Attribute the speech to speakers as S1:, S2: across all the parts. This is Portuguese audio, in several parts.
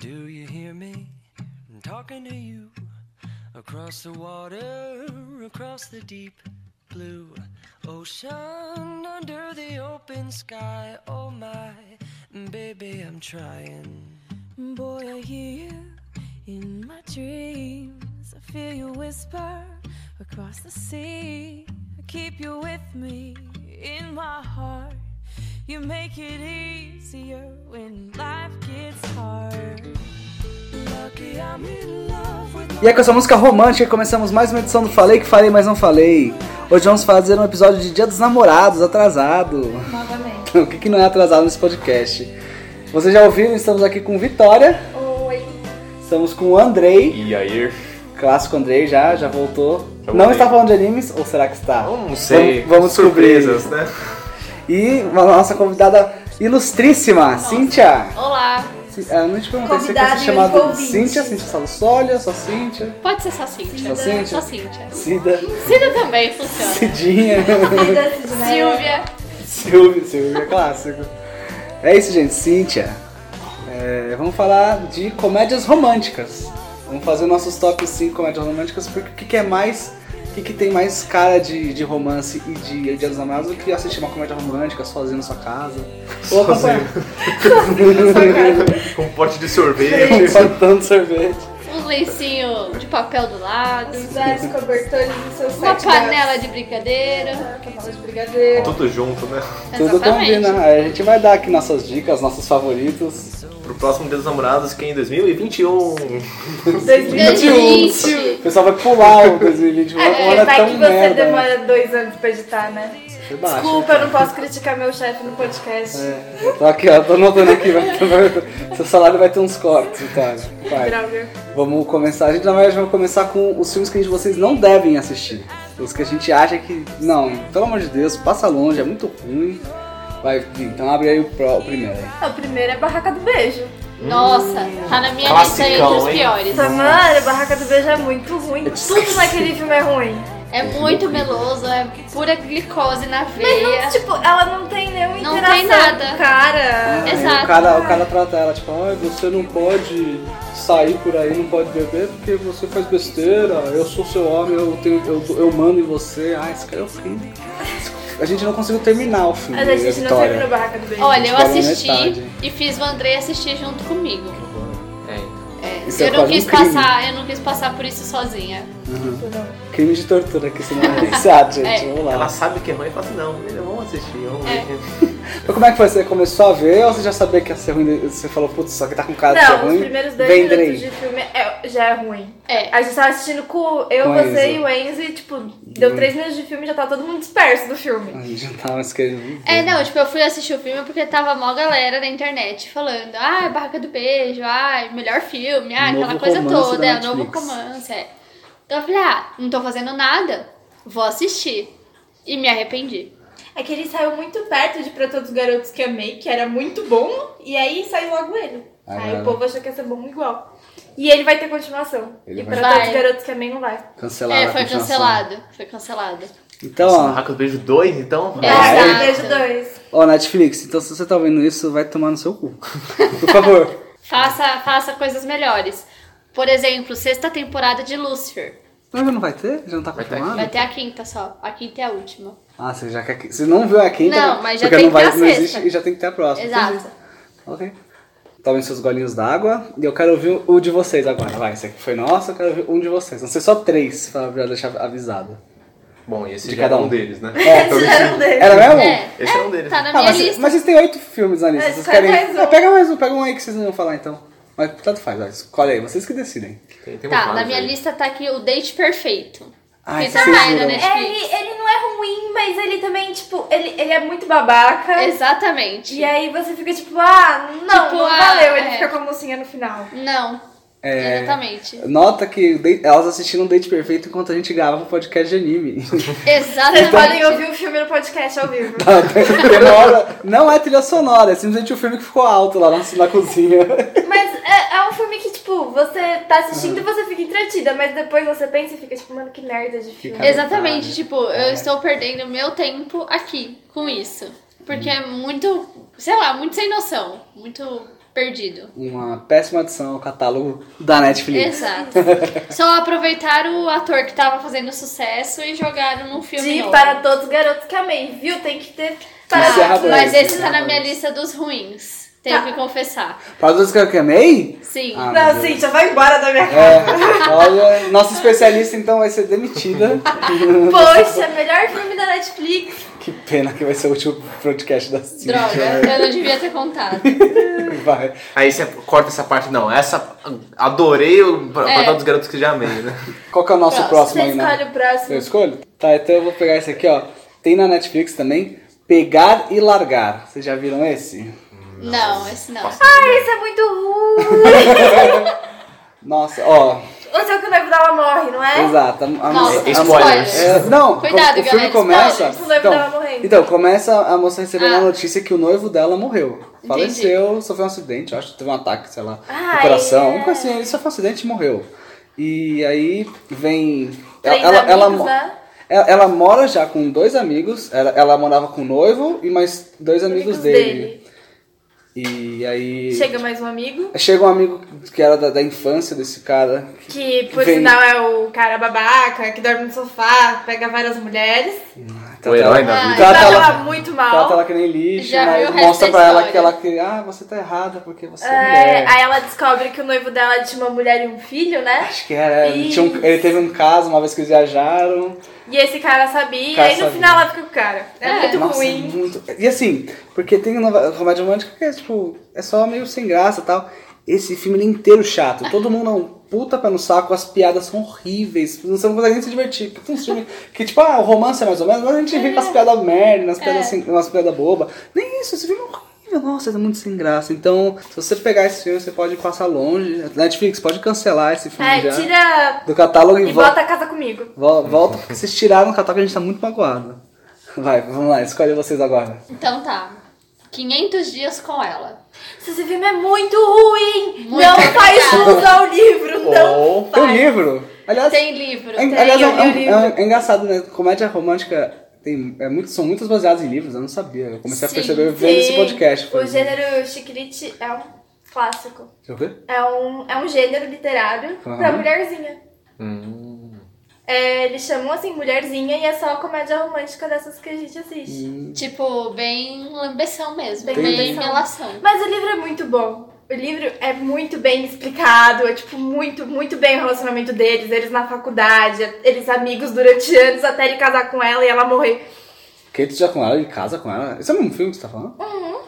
S1: Do you hear me? I'm talking to you across the water, across the deep blue ocean, under the open sky. Oh my, baby, I'm trying.
S2: Boy, I hear you in my dreams. I feel you whisper across the sea. I keep you with me in my heart. You make it easier when life gets hard. Lucky I'm in love with
S3: E é com essa música romântica que começamos mais uma edição do Falei que Falei, mas não falei. Hoje vamos fazer um episódio de Dia dos Namorados, atrasado.
S4: Novamente.
S3: O que, que não é atrasado nesse podcast? Vocês já ouviram, estamos aqui com Vitória,
S4: Oi.
S3: estamos com o Andrei,
S5: E aí?
S3: clássico Andrei já, já voltou.
S5: Já
S3: Não
S5: voltei.
S3: está falando de animes, ou será que está?
S5: Não sei.
S3: Vamos- vamos descobrir.
S5: surpresas, né?
S3: E a nossa convidada ilustríssima, Cíntia.
S4: Olá.
S3: Ci- ah, não te perguntei se você quer ser
S4: Convidada e
S3: chamada
S4: envolvente.
S3: Cíntia, Cíntia Salussolia, só Cíntia,
S6: Pode ser só Cíntia.
S3: Só Cíntia?
S6: Só Cíntia.
S3: Cida,
S6: Cida também funciona.
S3: Cidinha.
S2: Né?
S6: Silvia.
S3: Silvio, Silvio é clássico. É isso, gente. Cíntia, é, vamos falar de comédias românticas. Vamos fazer nossos top 5 comédias românticas, porque o que, que é mais. O que, que tem mais cara de, de romance e de Dia dos Namorados do que assistir uma comédia romântica sozinho na sua casa? Ou acompanhar.
S5: Com um pote de sorvete.
S3: Faltando sorvete.
S6: Um lencinho de papel do lado.
S4: Vários cobertores dos seus
S6: Uma
S4: sete
S6: panela de brincadeira.
S4: gatos. Panela de brigadeiro.
S5: Tudo junto, né?
S3: Tudo
S6: Exatamente.
S3: combina. né? A gente vai dar aqui nossas dicas, nossos favoritos.
S5: Pro próximo Dia dos Namorados, que é em 2021.
S3: O pessoal vai pular o 2021.
S6: É,
S3: o ano é
S4: Vai
S3: tão
S4: que você
S3: merda, né?
S4: demora dois anos pra editar, né?
S3: Você baixa.
S4: Desculpa, eu não posso criticar meu chefe no podcast.
S3: É, tô aqui, ó, tô anotando aqui, vai, vai- seu salário vai ter uns cortes, Vitória. Vai.
S4: Droga.
S3: Vamos começar, a gente na verdade vai começar com os filmes que vocês não devem assistir. Os que a gente acha que, não, pelo amor de Deus, passa longe, é muito ruim. Vai, Vi, então abre aí o, pró- o primeiro. aí.
S4: O primeiro é Barraca do Beijo.
S6: Nossa, tá na minha lista
S5: Classicão,
S6: entre os
S5: hein?
S6: piores.
S4: Samara, Barraca do Beijo é muito ruim. Tudo naquele filme é ruim.
S6: É muito meloso, é pura glicose na veia.
S4: Tipo, ela não tem nenhuma
S6: um, Não
S4: interação
S6: tem nada.
S4: com o cara.
S3: Aí O
S6: Exato.
S3: cara, o cara trata ela, tipo, ai, você não pode sair por aí, não pode beber porque você faz besteira, eu sou seu homem, eu, tenho, eu, eu mando em você, ai, esse cara é horrível. A gente não conseguiu terminar o filme,
S4: Mas a gente não
S3: Vitória.
S4: terminou Barraca do Beijo.
S6: Olha, eu
S3: Tipo, ela é
S6: assisti
S3: metade.
S6: e fiz o Andrei assistir junto comigo. É,
S3: Isso é
S6: eu não
S3: quase um
S6: quis
S3: crime.
S6: passar, eu não quis passar por isso sozinha.
S4: tipo,
S3: Crime de tortura que isso não é viciado, gente.
S6: É.
S3: Vamos
S5: Ela
S3: lá.
S5: sabe que é ruim e fala assim, não, beleza, vamos assistir, vamos
S6: É.
S5: ver.
S3: Mas como é que foi? Você começou a ver ou você já sabia que ia ser ruim? Você falou, putz, isso aqui tá com cara de ser
S4: Não, os
S3: ruim?
S4: primeiros dois
S3: Vem,
S4: minutos
S3: Drey.
S4: de filme é- já é ruim.
S6: É,
S4: A gente tava assistindo com eu,
S3: Com a
S4: você
S3: Enzo. Hum.
S4: e o Enzo e, tipo, deu três minutos de filme e já tá todo mundo disperso do filme.
S3: A gente não tava esquecendo.
S6: É, não, tipo, eu fui assistir o filme porque tava mó galera na internet falando, ai, Barraca do Beijo, ai, melhor filme, ai,
S3: Novo
S6: aquela coisa
S3: romance
S6: toda,
S3: da
S6: é, o novo
S3: Netflix.
S6: romance, é. Então eu falei, ah, não tô fazendo nada, vou assistir. E me arrependi.
S7: É que ele saiu muito perto de Pra Todos os Garotos que Amei, que era muito bom, e aí saiu logo ele.
S3: Ah,
S7: aí
S3: é.
S7: o povo achou que ia ser bom igual. E ele vai ter continuação.
S3: Ele
S7: e
S3: vai.
S7: Pra Todos
S6: Vai.
S7: os Garotos que Amei não vai.
S3: Cancelaram
S6: é,
S3: a
S6: foi
S3: continuação.
S6: cancelado, foi cancelado.
S3: Então, ó,
S5: Barraca do Beijo 2, então?
S6: É.
S5: Vai.
S7: tá,
S6: Exato.
S4: Beijo dois.
S3: ó, Netflix, então se você tá ouvindo isso, vai tomar no seu cu. Por favor.
S6: Faça, faça coisas melhores. Por exemplo, sexta temporada de Lucifer.
S3: Mas já não vai ter? Já não tá
S5: Vai ter
S6: Vai
S3: confirmado?
S6: ter a quinta só. A quinta é a última.
S3: Ah, você já quer que. Você não viu a quinta?
S6: Não, mas já
S3: porque
S6: tem
S3: não vai,
S6: que ter a
S3: não
S6: sexta.
S3: existe e já tem que ter a próxima.
S6: Exato.
S3: Ok. Tomem seus golinhos d'água. E eu quero ouvir o de vocês agora. Vai, esse aqui foi nosso, eu quero ouvir um de vocês. Não sei só três, pra pra deixar avisado.
S5: Bom, esse
S3: De
S5: já
S3: cada
S5: é
S3: um.
S5: um deles, né?
S3: É,
S4: Era um deles.
S3: era mesmo?
S6: É,
S5: Esse é um deles.
S6: tá na
S3: Ah,
S6: minha
S3: mas,
S6: lista.
S3: mas vocês têm oito filmes na lista.
S4: É,
S3: vocês
S4: escolhe
S3: querem.
S4: mais um.
S3: Ah, pega mais um, pega um aí que vocês não vão falar então. Mas tanto faz, vai. Escolhe aí, vocês que decidem.
S5: Tem, né? tem
S6: Tá,
S5: uns
S6: na
S5: vários
S6: minha
S5: aí.
S6: lista tá aqui o Date Perfeito.
S3: Ai,
S6: Que
S3: vocês
S6: trabalho,
S3: viram.
S6: né?
S4: Ele, ele não é ruim, mas ele também, tipo, ele, ele é muito babaca.
S6: Exatamente.
S4: E aí você fica tipo, ah, não,
S6: É Tipo,
S4: não
S6: ah,
S4: valeu. ele
S6: é.
S4: fica com a mocinha no final.
S3: Então-
S6: Não.
S3: É.
S6: Exatamente.
S3: Nota que o date- elas assistiram o Date Perfeito enquanto a gente grava um podcast de anime. então,
S4: Vocês podem
S6: Exatamente.
S4: ouvir o filme no podcast ao vivo.
S3: Demora- não é trilha sonora, é simplesmente o filme que ficou alto lá na, na cozinha.
S4: Mas é, é um filme que, tipo, você tá assistindo e
S3: Uhum.
S4: você fica entretida, mas depois você pensa e fica, tipo, mano, que merda de filme.
S3: Fica-
S6: Exatamente, tipo,
S3: É.
S6: eu estou perdendo meu tempo
S3: Uhum.
S6: aqui com isso. Porque é muito, sei lá, muito sem noção. Muito perdido.
S3: Uma péssima adição ao catálogo da Netflix.
S6: Exato. Só aproveitaram o ator que tava fazendo sucesso e jogaram num filme
S4: De
S6: novo.
S4: para todos os garotos que amei, viu? Tem que ter
S3: é
S4: para
S3: Encerra bem,
S6: Mas esse
S3: encerra
S6: tá na
S3: bem.
S6: minha lista dos ruins.
S4: Tá.
S6: Tenho que confessar.
S3: Para todos que eu amei?
S6: Sim.
S3: Ah, meu
S7: Não,
S3: Deus.
S7: Cintia, vai embora da minha casa.
S3: É, olha, nossa especialista então vai ser demitida. É.
S4: Poxa, melhor filme da Netflix.
S3: que pena que vai ser o último podcast da Cintia.
S6: Droga, eu não devia ter contado.
S3: Vai.
S5: Aí você corta essa parte, não. Essa. Adorei o pra, pra
S6: É.
S5: todos os garotos que já amei, né?
S3: Qual que é o nosso próximo,
S4: Você
S3: aí, né?
S4: escolhe o
S3: Eu
S4: próximo.
S3: escolho? Tá, então eu vou pegar esse aqui, ó. Tem na Netflix também. Pegar e largar. Vocês já viram esse?
S6: Não, esse não.
S4: Ai, isso é muito ruim. é
S3: Nossa, ó.
S4: o seu que o noivo dela morre, não é?
S3: Exato. a- a
S6: Nossa,
S3: moça- a
S5: Spoilers.
S6: spoiler.
S3: É, não,
S6: Cuidado,
S3: co- o filme
S6: galera,
S3: começa.
S6: spoilers.
S4: O noivo dela
S3: Então,
S4: morrendo.
S3: então, começa a moça recebendo
S6: Ah.
S3: a notícia que o noivo dela morreu.
S6: Entendi.
S3: Faleceu, sofreu um acidente, eu acho, teve um ataque, sei lá,
S4: Ah,
S3: no coração.
S4: é.
S3: Uma coisa assim, ele sofreu um acidente e morreu. E aí vem.
S4: Três
S3: ela, ela,
S4: amigos,
S3: mo-
S4: né?
S3: ela- ela mora já com dois amigos, ela, ela morava com o noivo e mais dois amigos, dele. E aí.
S4: Chega mais um amigo,
S3: Chega um amigo que era da, da infância desse cara.
S7: Que, por
S3: Vem.
S7: sinal, é o cara babaca, que dorme no sofá, pega várias mulheres.
S5: O herói da
S6: Ai,
S5: vida.
S3: Trata
S4: trata
S3: ela-
S4: ela então tá muito mal.
S3: Trata ela que nem lixo,
S6: Já vi o
S3: mas
S6: resto
S3: mostra
S6: da
S3: pra ela
S6: história.
S3: que ela que. Ah, você tá errada porque você é,
S4: É,
S3: mulher.
S4: aí ela descobre que o noivo dela tinha uma mulher e um filho, né?
S3: Acho que era. Ele, tinha um- ele teve um caso uma vez que eles viajaram.
S4: E esse cara sabia,
S3: Cara
S4: e aí no
S3: sabia.
S4: final ela fica com o cara.
S7: É, muito
S3: Nossa,
S7: ruim.
S3: muito. E assim, porque tem nova- comédia romântica que é tipo. É só meio sem graça e tal. Esse filme ele é inteiro chato. Todo mundo é um puta pé no saco, as piadas são horríveis. Você não consegue nem se divertir. Porque tem um filme que, tipo, ah, o romance é mais ou menos, mas a gente vê com as piadas merda, nas piadas, sem, umas piadas boba. Nem isso, esse filme é horrível. Nossa, é muito sem graça. Então, se você pegar esse filme, você pode passar longe. Netflix, pode cancelar esse filme
S4: É,
S3: já.
S4: tira
S3: Do catálogo e,
S4: e
S3: volta.
S4: bota a casa comigo.
S3: Vol- Volta, porque vocês tiraram o catálogo e a gente tá muito magoado. Vai, vamos lá, escolhe vocês agora.
S6: Então tá. 500 dias com ela.
S4: Esse filme é muito ruim!
S6: Muito
S4: não
S6: obrigada.
S4: faz jus ao livro, não!
S5: Ou.
S3: Tem um livro! Aliás,
S6: Tem livro.
S3: é,
S6: tem
S3: aliás, é,
S6: o
S3: um- é um-
S6: livro.
S3: é um- é engraçado, né? Comédia romântica tem, é muito, são muitas baseadas em livros, eu não sabia. Eu comecei
S6: Sim, é
S3: a perceber vendo esse
S4: Sim,
S3: podcast. por
S4: O
S3: exemplo.
S4: gênero chiquirite é um clássico.
S3: Deixa eu ver.
S4: É um, é um gênero literário pra
S3: Aham.
S4: mulherzinha.
S5: Hum.
S4: É, eles chamam assim mulherzinha e é só comédia romântica dessas que a gente assiste.
S3: um-
S6: Tipo, bem lambeção mesmo.
S4: Bem
S6: Bem
S4: lambeção.
S6: melação.
S4: Mas o livro é muito bom. O livro é muito bem explicado, é tipo muito, muito bem o relacionamento deles, eles na faculdade, eles amigos durante anos até ele casar com ela e ela morrer.
S3: Kate já com ela, ele casa com ela. Esse é o mesmo filme que você tá falando?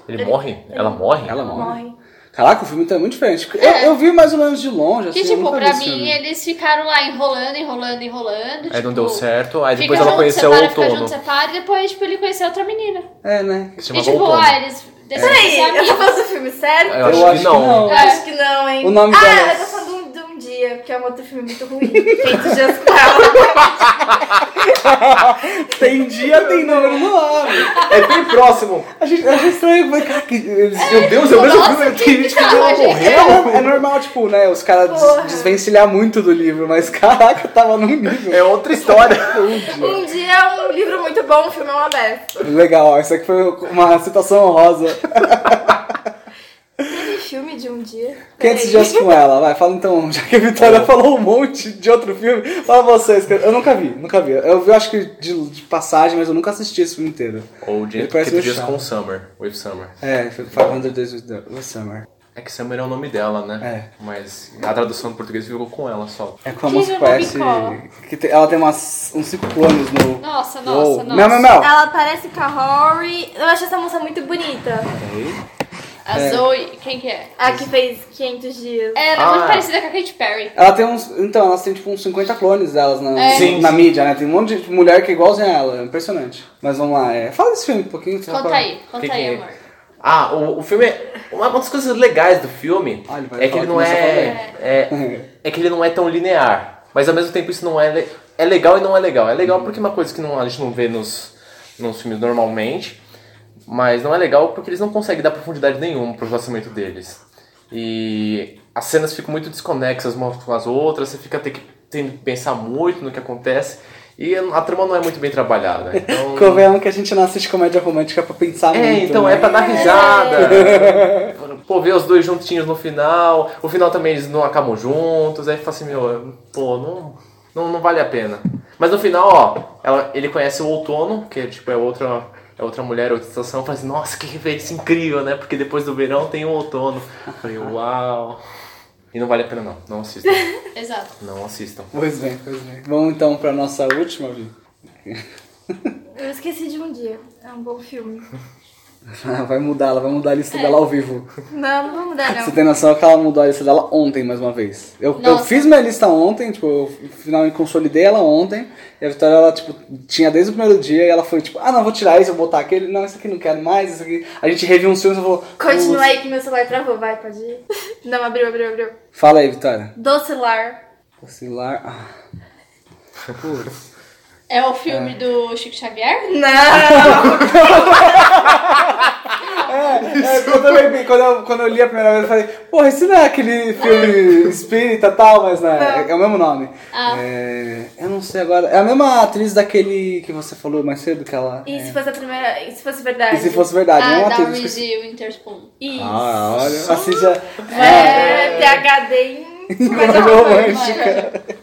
S5: Ele morre? Ela
S6: É,
S5: morre?
S3: Ela morre.
S4: Morre.
S3: Caraca, o filme tá muito diferente. Eu, eu vi mais ou menos de longe, assim.
S6: Que,
S3: eu
S6: tipo,
S3: nunca vi
S6: pra
S3: esse
S6: mim,
S3: filme.
S6: eles ficaram lá enrolando, enrolando, enrolando.
S5: Aí
S6: tipo,
S5: não deu certo, aí
S6: fica
S5: depois ela
S6: junto,
S5: conheceu
S6: separa,
S5: o
S6: Fica junto,
S5: outono.
S6: separa, e depois, tipo, ele conheceu outra menina.
S3: É, né?
S5: Que se
S6: e,
S5: chamava
S6: tipo,
S5: outono.
S6: ah, eles decidiram
S4: Peraí,
S6: ser
S4: eu tô
S6: amigos.
S4: falando do filme sério?
S5: Eu acho que não.
S4: Acho que não, hein?
S3: É. O nome
S4: ah,
S3: dela é-
S4: eu tô falando de um dia, que é um outro filme muito ruim. Feito dias com ela.
S3: Tem dia, tem número no ar.
S5: É bem próximo.
S3: A gente acha estranho, mas cara, que eles
S5: Meu Deus, eu mesmo
S6: Nossa,
S5: filme
S6: que
S5: que a gente que ela
S6: viagem.
S5: morreu.
S3: É, é normal, tipo, né, os caras des-
S4: Porra.
S3: desvencilhar muito do livro, mas caraca, tava num nível.
S5: É outra história.
S4: Um dia é um livro muito bom, um filme é uma besta.
S3: Legal, ó, isso aqui foi uma citação honrosa.
S4: Teve filme de um dia.
S3: 500
S4: Peraí.
S3: dias com ela, vai, fala então, já que a
S5: É.
S3: Vitória falou um monte de outro filme, fala vocês, que eu eu nunca vi, nunca vi. Eu vi, acho que de, de passagem, mas eu nunca assisti esse filme inteiro.
S5: Ou de
S3: Ele parece
S5: 500
S3: meio
S5: dias
S3: chato.
S5: com Summer. With Summer.
S3: É, foi 500 Days with the- with Summer.
S5: É que Summer é o nome dela, né? Mas a tradução do português ficou com ela só.
S3: É com a
S6: Que
S3: moça que
S6: Jana
S3: parece.
S6: Bicó.
S3: Que tem- ela tem umas, uns 5 anos no.
S6: Nossa,
S3: Uou.
S6: nossa, nossa.
S3: Mel, Mel, Mel.
S4: Ela parece com a Rory. Eu acho essa moça muito bonita.
S6: A Zoe, quem que é?
S4: A que fez 500 dias.
S6: Ela é
S5: Ah.
S6: muito parecida com a Katy Perry.
S3: Ela tem uns. Então, elas têm tipo uns 50 clones delas na,
S6: É.
S5: Sim,
S3: na
S5: sim.
S3: mídia, né? Tem um monte de mulher que é igualzinha a ela. É impressionante. Mas vamos lá, é. Fala desse filme um pouquinho. só
S6: Conta
S3: pra-
S6: aí, conta
S5: Tá que
S6: aí,
S5: é?
S6: amor.
S5: Ah, o, o filme é. Uma das coisas legais do filme
S3: Ah, ele vai
S5: é
S3: falar
S5: que ele não
S3: que começou
S5: é, é. É que ele não é tão linear. Mas ao mesmo tempo isso não é. le- É legal e não é legal. É legal porque é uma coisa que não- a gente não vê nos, nos filmes normalmente. Mas não é legal porque eles não conseguem dar profundidade nenhuma pro relacionamento deles. E as cenas ficam muito desconexas umas com as outras, você fica tem que, tem que pensar muito no que acontece. E a trama não é muito bem trabalhada. Então...
S3: Convenhamos que a gente não assiste comédia romântica É, então, pra pensar
S5: É,
S3: muito.
S5: então
S3: né?
S5: é pra dar risada. pô, vê os dois juntinhos no final, o final também eles não acabam juntos, aí fala assim, meu, pô, não, não, não vale a pena. Mas no final, ó, ela- ele conhece o outono, que tipo, é outra, é outra mulher, outra estação, fala assim, nossa, que referência incrível, né? Porque depois do verão tem o outono. Eu falei, uau. E não vale a pena não, não assistam,
S6: Exato.
S5: não assistam.
S3: Pois bem, pois bem. Vamos então pra nossa última, Vi.
S4: Eu esqueci de um dia. É um bom filme.
S3: Ah, Vai mudar, ela vai mudar a lista
S6: É.
S3: dela ao vivo.
S4: Não, não vou mudar, não.
S3: Ah, Você tem noção que ela mudou a lista dela ontem mais uma vez. Eu, eu
S6: Nossa.
S3: fiz minha lista ontem, tipo, eu finalmente consolidei ela ontem. E a Vitória, ela, tipo, tinha desde o primeiro dia e ela foi, tipo, ah, não, vou tirar isso, vou botar aquele. Não, isso aqui não quero mais, isso aqui. A gente reviu uns filmes e falou.
S4: Continua
S3: "Putz."
S4: aí que meu celular travou, vai, pode ir. Não, abriu, abriu, abriu.
S3: Fala aí, Vitória.
S4: Do celular.
S3: Oscilar. Ah. Putz.
S6: É o filme do Chico Xavier?
S4: Não!
S3: É, eu também, quando eu, quando eu li a primeira vez, eu falei, porra, esse não é aquele filme espírita e tal, mas não, é, é o mesmo nome.
S6: Ah.
S3: É, eu não sei agora. É a mesma atriz daquele que você falou mais cedo, que ela.
S4: E se
S3: é.
S4: fosse a primeira. E se fosse verdade?
S3: E se fosse verdade, é
S6: Ah,
S3: uma
S6: da
S3: atriz. esqueci-
S6: Reese Witherspoon.
S4: Isso.
S3: Ah, olha. Assim já.
S4: É, PHD em.
S3: Coisa
S6: romântica.
S3: romântica.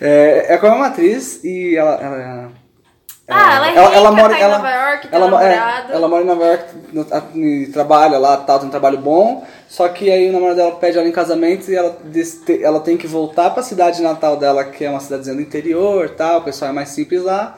S3: É, é com a mesma atriz e ela. é ela
S4: Ah, ela é rica, tá em Nova York, tem
S3: mo- é,
S4: namorado.
S3: ela mora em Nova York no- a- e trabalha lá, tal, tem um trabalho bom. Só que aí o namorado dela pede ela em casamento e ela, des- te- ela tem que voltar pra cidade natal dela, que é uma cidadezinha do interior, tal, o pessoal é mais simples lá,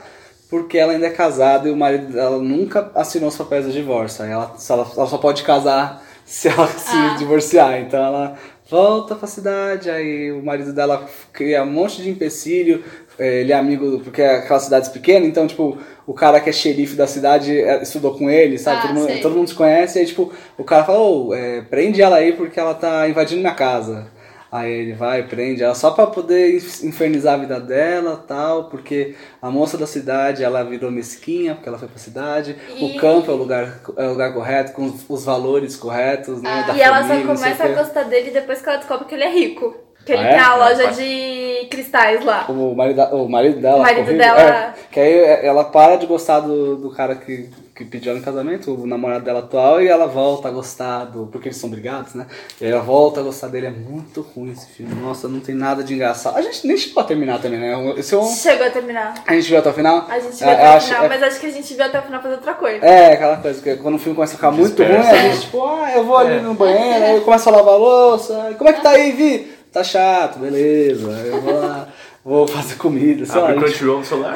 S3: porque ela ainda é casada e o marido dela nunca assinou os papéis do divórcio. Aí ela, só- ela- ela só pode casar se ela se
S4: Ah.
S3: divorciar. Então ela volta pra cidade, aí o marido dela cria um monte de empecilho. eh, Ele é amigo, porque é aquelas cidades pequenas, então, tipo, o cara que é xerife da cidade eh, estudou com ele, sabe?
S6: Ah,
S3: todo, mundo,
S6: sei.
S3: todo mundo se conhece, aí, tipo, o cara fala: Ô, eh, prende ela aí porque ela tá invadindo minha casa. Aí ele vai, prende ela só pra poder inf- infernizar a vida dela tal, porque a moça da cidade ela virou mesquinha porque ela foi pra cidade. O campo é o lugar, é o lugar correto, com os- os valores corretos, né? da
S4: Ah, E ela só
S3: família, não sei
S4: começa
S3: o
S4: a
S3: quê.
S4: gostar dele depois que ela descobre que ele é rico. Que ele
S3: Ah, é?
S4: tem a loja
S5: Rapaz.
S4: de cristais lá.
S3: O marido, o marido dela.
S4: O marido
S3: horrível.
S4: dela-
S3: É, que aí ela para de gostar do, do cara que, que pediu ela em casamento, o namorado dela atual, e ela volta a gostar do. Porque eles são brigados, né? E aí ela volta a gostar dele. É muito ruim esse filme. Nossa, não tem nada de engraçado. A gente nem chegou a terminar também, né? Esse é um-
S4: Chegou a terminar.
S3: A gente viu até o final?
S4: A gente viu
S3: É, eu
S4: até o
S3: acho-
S4: final,
S3: é-
S4: mas acho que a gente viu até o final fazer outra coisa.
S3: É, aquela coisa, que quando o filme começa a ficar muito ruim,
S5: Desespera.
S3: a gente, tipo, ah, eu vou ali no banheiro, aí eu começo a lavar a louça, como é que tá aí, Vi? Tá chato, beleza, eu vou lá, vou fazer comida, sei lá.
S5: Abre
S3: a
S5: o
S3: gente-
S5: Crunchyroll no celular,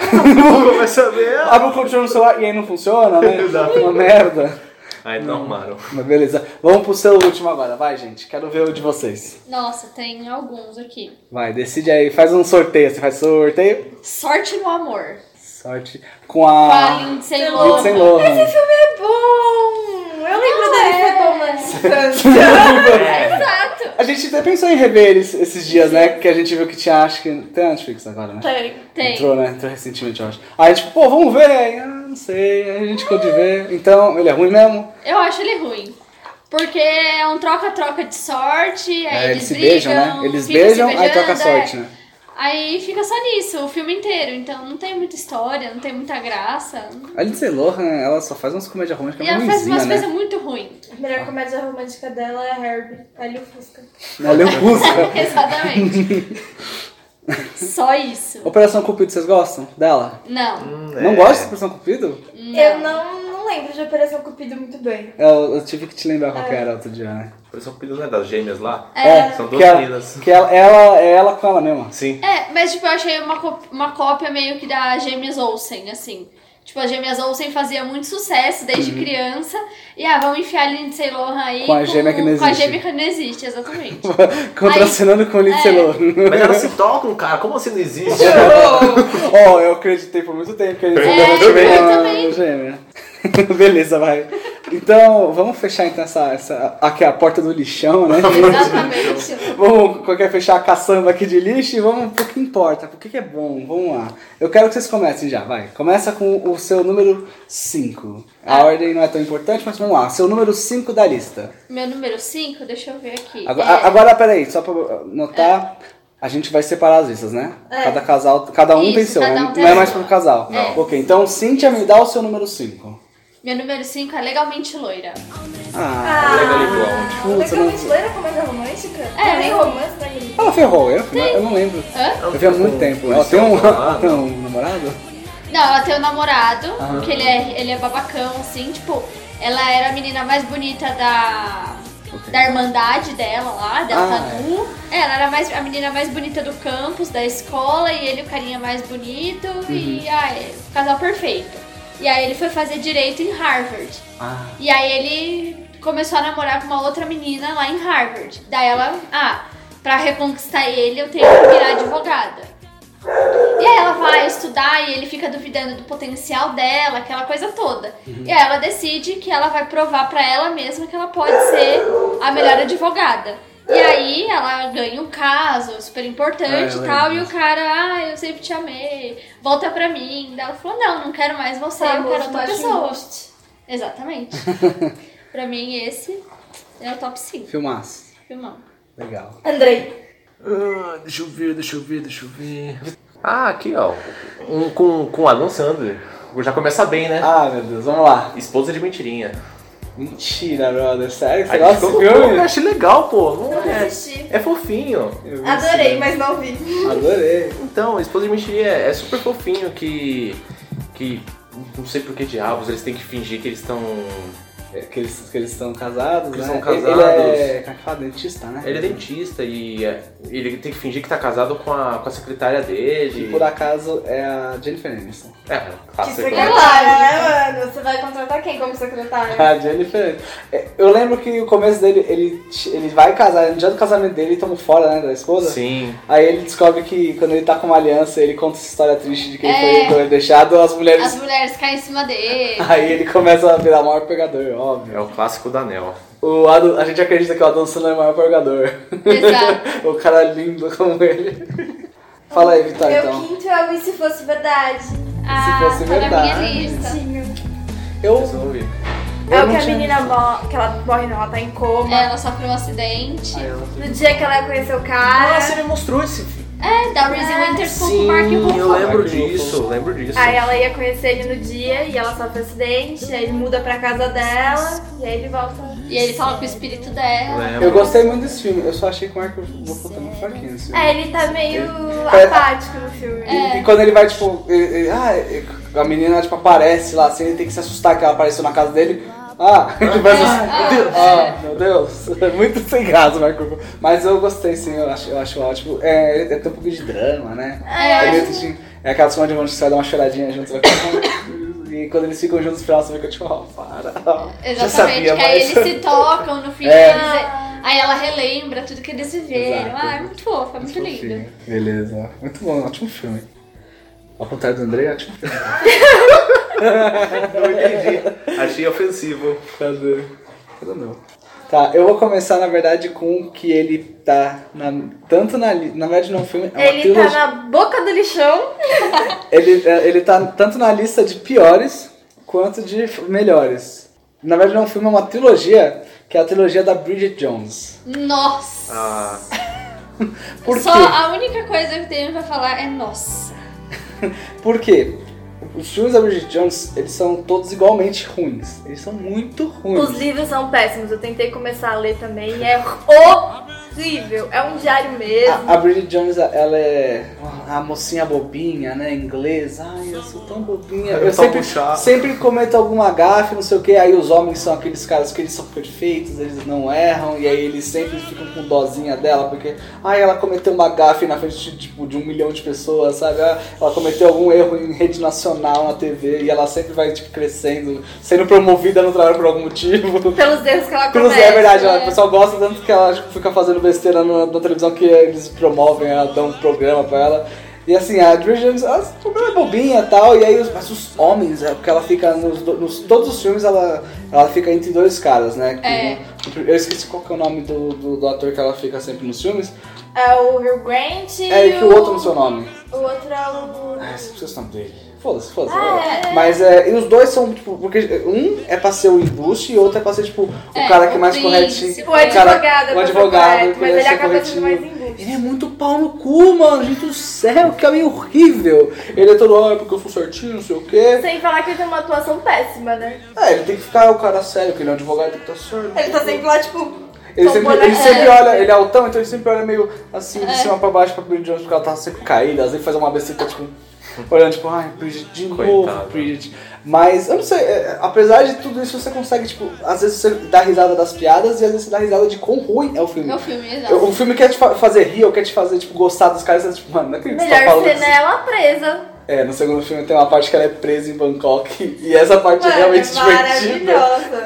S5: começa a ver.
S3: Abre o controle no celular e aí não funciona, né?
S5: Exato.
S3: Uma merda.
S5: Aí não arrumaram.
S3: Mas beleza, vamos pro seu último agora, vai, gente, quero ver o de vocês.
S6: Nossa, tem alguns aqui.
S3: Vai, decide aí, faz um sorteio, você faz sorteio?
S6: Sorte no Amor.
S3: Sorte com
S6: Com a
S3: a...
S6: Lindsay
S3: Lindsay
S6: Lohan.
S4: Esse
S3: Lohan.
S4: filme é bom! Eu lembro dele ser bom na infância.
S3: A gente até pensou em rever eles esses dias, né? Que a gente viu que tinha, acho que tem a Netflix agora, né?
S4: Tem.
S6: Tem.
S3: Entrou, né? Entrou recentemente, eu acho. Aí, tipo, pô, vamos ver. Aí, ah, não sei. Aí a gente ficou de ver. Então, ele é ruim mesmo?
S6: Eu acho ele ruim. Porque é um troca-troca de sorte, aí
S3: É,
S6: eles,
S3: eles se
S6: brigam,
S3: beijam, né? Eles
S6: ficam se
S3: beijam, aí
S6: beijando,
S3: troca a sorte,
S6: é.
S3: né?
S6: Aí fica só nisso o filme inteiro. Então não tem muita história, não tem muita graça.
S3: A Lindsay Lohan, né? ela só faz umas comédias românticas
S6: E ela faz
S3: ruimzinhas,
S6: umas
S3: né?
S6: coisas muito ruins.
S4: A melhor comédia romântica dela é a Herbie. Ali o Fusca.
S3: Ela é um busca.
S6: Exatamente. só isso.
S3: Operação Cupido, vocês gostam dela?
S6: Não.
S5: É.
S3: Não gosta de Operação Cupido?
S4: Eu não, não lembro de Operação Cupido muito bem.
S3: Eu, eu tive que te lembrar qual que era outro dia, né?
S5: Eles são filhos, né, das gêmeas lá.
S6: É.
S5: São
S3: que
S5: duas
S3: ela,
S5: meninas.
S3: que ela, ela é ela com ela mesma.
S5: Sim.
S6: É, mas tipo, eu achei uma, co- uma cópia meio que da Gêmeas Olsen, assim. Tipo, a Gêmeas Olsen fazia muito sucesso desde criança. E ah, vamos enfiar a Lindsay Lohan aí.
S3: Uhum. Com a gêmea que não
S6: Com a
S3: existe.
S6: gêmea que não existe, exatamente.
S3: Contracenando com Lindsay
S6: é.
S3: Lohan.
S5: Mas elas se tocam, cara. Como assim não existe?
S3: Ó, eu acreditei por muito tempo que eles
S6: É, eu também.
S3: gêmea. Beleza, vai. Então, vamos fechar então essa, essa aqui é a porta do lixão, né?
S6: Exatamente.
S3: vamos qualquer fechar a caçamba aqui de lixo e vamos pro que importa, pro que, que é bom. Vamos lá. Eu quero que vocês comecem já, vai. Começa com o seu número 5. A
S6: Ah.
S3: ordem não é tão importante, mas vamos lá. Seu número 5 da lista.
S6: Meu número 5, deixa eu ver aqui.
S3: Agora,
S6: É,
S3: agora, peraí, só pra notar, a gente vai separar as listas, né? Cada casal, cada um tem
S6: É. Isso,
S3: seu,
S6: cada
S3: né?
S6: um tem
S3: não é
S6: seu.
S3: mais pro casal.
S6: É.
S3: Ok, então Cíntia me dá o seu número 5.
S6: Meu número 5 é legalmente loira.
S3: Ah,
S5: Legal e blonde.
S3: Putz, eu
S4: Legal,
S3: Tipo, não-
S4: Hitler era comédia romântica?
S6: É.
S4: Não tem romance na Hitler.
S3: Ela ferrou, eu, eu não lembro.
S6: Hã?
S3: É Eu vi há muito tempo. Ela tem um, um namorado?
S6: Não, ela tem um namorado, que ele é, ele é babacão, assim, tipo, ela era a menina mais bonita da. Da irmandade dela lá, da
S3: Ah,
S6: Tanu. Ela era mais, a menina mais bonita do campus, da escola, e ele o carinha mais bonito, e ai, casal perfeito. E aí ele foi fazer direito em Harvard.
S3: Ah,
S6: E aí ele começou a namorar com uma outra menina lá em Harvard. Daí ela, ah, pra reconquistar ele eu tenho que virar advogada. E aí ela vai estudar e ele fica duvidando do potencial dela, aquela coisa toda.
S3: Uhum.
S6: E aí ela decide que ela vai provar pra ela mesma que ela pode ser a melhor advogada. E aí ela ganha um caso super importante
S3: É, eu
S6: e tal,
S3: lembro
S6: e o cara, ah, eu sempre te amei, volta pra mim. Daí ela falou, não, não quero mais você, eu
S4: Famoso
S6: quero outra
S4: macho
S6: pessoa. Exatamente. pra mim, esse é o top 5,
S3: filmaço.
S6: filmão.
S3: Legal.
S4: Andrei.
S5: Ah, deixa eu ver, deixa eu ver, deixa eu ver. Ah, aqui ó. Um com, com Adam Sandler. Já começa bem, né?
S3: Ah, meu Deus, vamos lá.
S5: Esposa de mentirinha.
S3: Mentira, brother. Sério? que Você
S5: Aí
S3: gosta desse
S5: ficou-
S3: filme?
S5: Eu achei legal, pô. Não é,
S4: assisti.
S5: é fofinho.
S3: Eu vi esse
S4: Adorei,
S3: filme.
S4: mas não vi.
S3: Adorei.
S5: Então, Esposa de Mentirinha é, é super fofinho que. que. não sei por que diabos eles têm que fingir que eles estão.
S3: É, Que eles, que eles estão casados,
S5: Eles
S3: né?
S5: são
S3: Ele-
S5: casados.
S3: Ele é, como é que fala? Dentista, né?
S5: Ele é dentista e é, ele tem que fingir que tá casado com a, com a secretária dele.
S3: E por acaso é a Jennifer Aniston.
S5: É,
S4: Que
S5: clássico, né?
S4: secretária, né, mano? Você vai contratar quem como secretária?
S3: A Jennifer. é, Eu lembro que o começo dele, ele, ele vai casar, no dia do casamento dele, ele toma fora, né, da esposa.
S5: Sim.
S3: Aí ele descobre que quando ele tá com uma aliança, ele conta essa história triste de que ele
S6: É.
S3: foi, quando ele deixado, as mulheres.
S6: As mulheres caem em cima dele.
S3: Aí ele começa a virar o maior pegador, óbvio.
S5: É o clássico da Nel.
S3: O Adam- a gente acredita que o Adam Sandler é o maior pegador.
S6: Exato.
S3: o cara lindo como ele. Fala aí, Vitória,
S4: Meu
S3: então.
S4: quinto é o E Se Fosse Verdade.
S6: Ah,
S3: fosse
S6: tá na minha
S3: verdade.
S6: lista.
S3: Eu.
S5: Resolvi.
S4: É
S3: eu
S4: o
S3: não
S4: que a
S3: tinha
S4: menina morre, que ela morre não, ela tá em coma.
S6: Ela sofreu um acidente.
S3: visto. Aí ela-
S4: No dia que ela conheceu o
S5: Ah,
S4: cara,
S5: você me mostrou esse
S6: É, da Reese Winters com
S3: assim,
S6: o Mark
S5: eu
S6: Ruffalo. Ah,
S5: lembro
S3: Mark
S5: disso,
S3: Ruffalo.
S5: eu lembro disso.
S4: aí ela ia conhecer ele no dia e ela sofre um acidente, aí ele muda pra casa dela e aí ele volta.
S6: E ele fala com o espírito
S5: Eu
S6: dela.
S5: lembro.
S3: Eu gostei muito desse filme, eu só achei que o Marco Ruffalo tá muito fraquinho nesse filme.
S4: É, ele tá meio
S3: É.
S4: apático no filme.
S3: E, e quando ele vai, tipo, ele- ele- ah, ele- a menina, tipo, aparece lá, assim, ele tem que se assustar que ela apareceu na casa dele. Ah, ele vai se- Ah, meu Deus. É muito sem graça, Marco. Ruffalo. Mas eu gostei, sim, eu acho, eu acho ótimo. É, é tem um pouco de drama, né? É, meio tristinho. é aquelas comédias românticas que você vai dar uma choradinha junto. Vai ficar... e quando eles ficam juntos no final, você fica tipo, ó, para. Já
S6: É, Exatamente,
S3: sabia,
S6: que aí
S3: mas...
S6: eles se tocam no fim.
S3: É.
S6: eles- Aí ela relembra tudo que eles viveram.
S3: Exato.
S6: Ah, é muito fofa, muito lindo.
S3: Fofinho. Beleza. Muito bom, ótimo filme. Ao contrário do André, ótimo filme.
S5: Eu entendi. Achei ofensivo.
S3: Cadê? Cadê o meu? Tá, eu vou começar, na verdade, com que ele tá na- tanto na... li- Na verdade, não é um filme, é uma
S4: Ele tá
S3: trilogia.
S4: na boca do lixão.
S3: Ele, é, ele tá tanto na lista de piores quanto de f- melhores. Na verdade, não é um filme, é uma trilogia, que é a trilogia da Bridget Jones.
S6: Nossa!
S5: Ah,
S3: Por
S6: Só
S3: quê?
S6: a única coisa que eu tenho pra falar é nossa.
S3: Por quê? Os filmes da Bridget Jones, eles são todos igualmente ruins. Eles são muito ruins.
S4: Os livros são péssimos, eu tentei começar a ler também e é horrível. É um diário mesmo.
S3: A, a Bridget Jones, ela é a mocinha bobinha, né? Inglesa. Ai, eu sou tão bobinha.
S5: Eu
S3: Eu
S5: tomo
S3: sempre,
S5: chá.
S3: sempre cometo alguma gafe, não sei o que. Aí os homens são aqueles caras que eles são perfeitos, eles não erram. E aí eles sempre ficam com dozinha dela, porque... Ai, ela cometeu uma gafe na frente de, tipo, de um milhão de pessoas, sabe? Ela, ela cometeu algum erro em rede nacional, na TV. E ela sempre vai, tipo, crescendo, sendo promovida no trabalho por algum motivo.
S4: Pelos erros que ela
S3: Cruz
S4: comete.
S3: Ah. é verdade, ela- o pessoal gosta tanto que ela fica fazendo besteira na, na televisão que eles promovem, ela dá um programa pra ela. E assim, a Bridget Jones, ela o programa é bobinha e tal, e aí os, mas os homens, é, porque ela fica nos, do- nos- todos os filmes, ela, ela fica entre dois caras, né? Que-
S6: É.
S3: Eu esqueci qual que é o nome do, do, do ator que ela fica sempre nos filmes.
S4: É o Rio Grant e
S3: É que o outro não sei o nome.
S4: O outro é o...
S3: Ah, você precisa saber. Foda-se, foda-se. Mas é, e os dois são, tipo, porque um é pra ser o embuste e o outro é pra ser, tipo, o
S6: É,
S3: cara que é
S6: o
S3: mais corretinho.
S6: príncipe.
S4: O
S3: cara-
S4: advogado,
S3: o
S4: é
S3: advogado,
S4: correto,
S3: que
S4: mas
S3: ia
S4: ele
S3: ser
S4: acaba sendo mais
S3: corretinho.
S4: embuste.
S3: Ele é muito pau no cu, mano, gente do céu, que homem horrível. Ele é todo, ah, é porque eu sou certinho, não sei o quê.
S4: Sem falar que ele tem uma atuação péssima, né?
S3: É, ele tem que ficar o cara sério, que ele é um advogado, tem que estar sério.
S4: Ele tá sempre lá, tipo,
S3: Ele
S4: São
S3: sempre,
S4: bonequinhos.
S3: ele sempre olha, ele é altão, então ele sempre olha meio assim, de cima pra baixo pra Bridget Jones, porque ela tá sempre caída, às vezes faz uma beceta, tipo, olhando, tipo, ai, Bridget, de novo,
S5: Coitada.
S3: Bridget. Mas, eu não sei, é, apesar de tudo isso, você consegue, tipo, às vezes você dá risada das piadas e às vezes você dá risada de quão ruim é o filme.
S6: É o filme, exato.
S3: Eu- O filme quer te fa- fazer rir ou quer te fazer, tipo, gostar dos caras, você tá, tipo, mano, não acredito que você tá
S4: Melhor
S3: falando
S4: cena
S3: isso.
S4: é ela presa.
S3: É, no segundo filme tem uma parte que ela é presa em Bangkok e essa parte
S7: Mano,
S3: é realmente divertida.
S7: maravilhosa.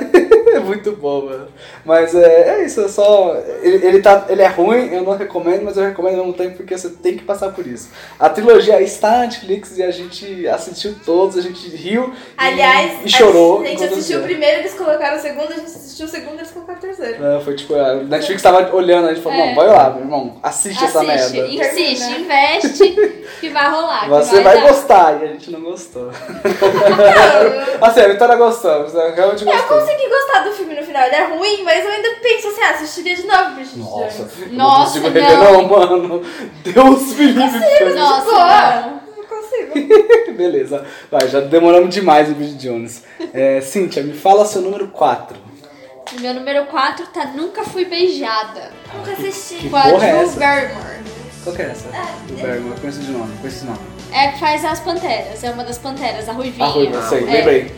S3: É muito bom, mano. Mas é, é isso, é só. Ele, ele, tá, ele é ruim, eu não recomendo, mas eu recomendo ao mesmo tempo porque você tem que passar por isso. A trilogia está na Netflix e a gente assistiu todos, a gente riu. e-
S7: Aliás,
S3: e chorou.
S7: a gente
S3: enquanto
S7: assistiu o
S3: assistia.
S7: primeiro, eles colocaram o segundo, a gente assistiu o segundo, eles colocaram o terceiro.
S3: É, foi tipo, a Netflix tava olhando, a gente falou,
S6: É.
S3: não, vai lá, meu irmão, assiste, essa merda.
S6: insiste,
S7: Termina.
S6: investe, que vai rolar. que
S3: Você vai
S6: dar.
S3: gostar, e a gente não gostou. assim, a Vitória gostou, mas eu né? realmente
S7: Eu
S3: gostou.
S7: consegui gostar do filme no final, ele é ruim, mas eu ainda penso assim, ah, assistiria de novo, Bridget
S3: Nossa,
S7: Jones.
S3: eu não
S6: Nossa,
S3: consigo rever, não,
S6: não.
S3: mano. Deus me livre. cara.
S6: Nossa,
S7: Boa.
S6: não.
S7: Não consigo.
S3: Beleza, vai, já demoramos demais o vídeo de Jones. É, Cíntia, me fala seu número 4.
S6: Meu número 4 tá Nunca Fui Beijada.
S4: Nunca assisti.
S3: Que porra é essa?
S6: Barrymore.
S3: Qual que é essa? Do Bergman, eu conheço de nome, conheço de nome.
S6: É a que faz as panteras, é uma das panteras, a Ruivinha.
S3: Ah, Ruiva, sei,
S6: É.
S3: lembrei.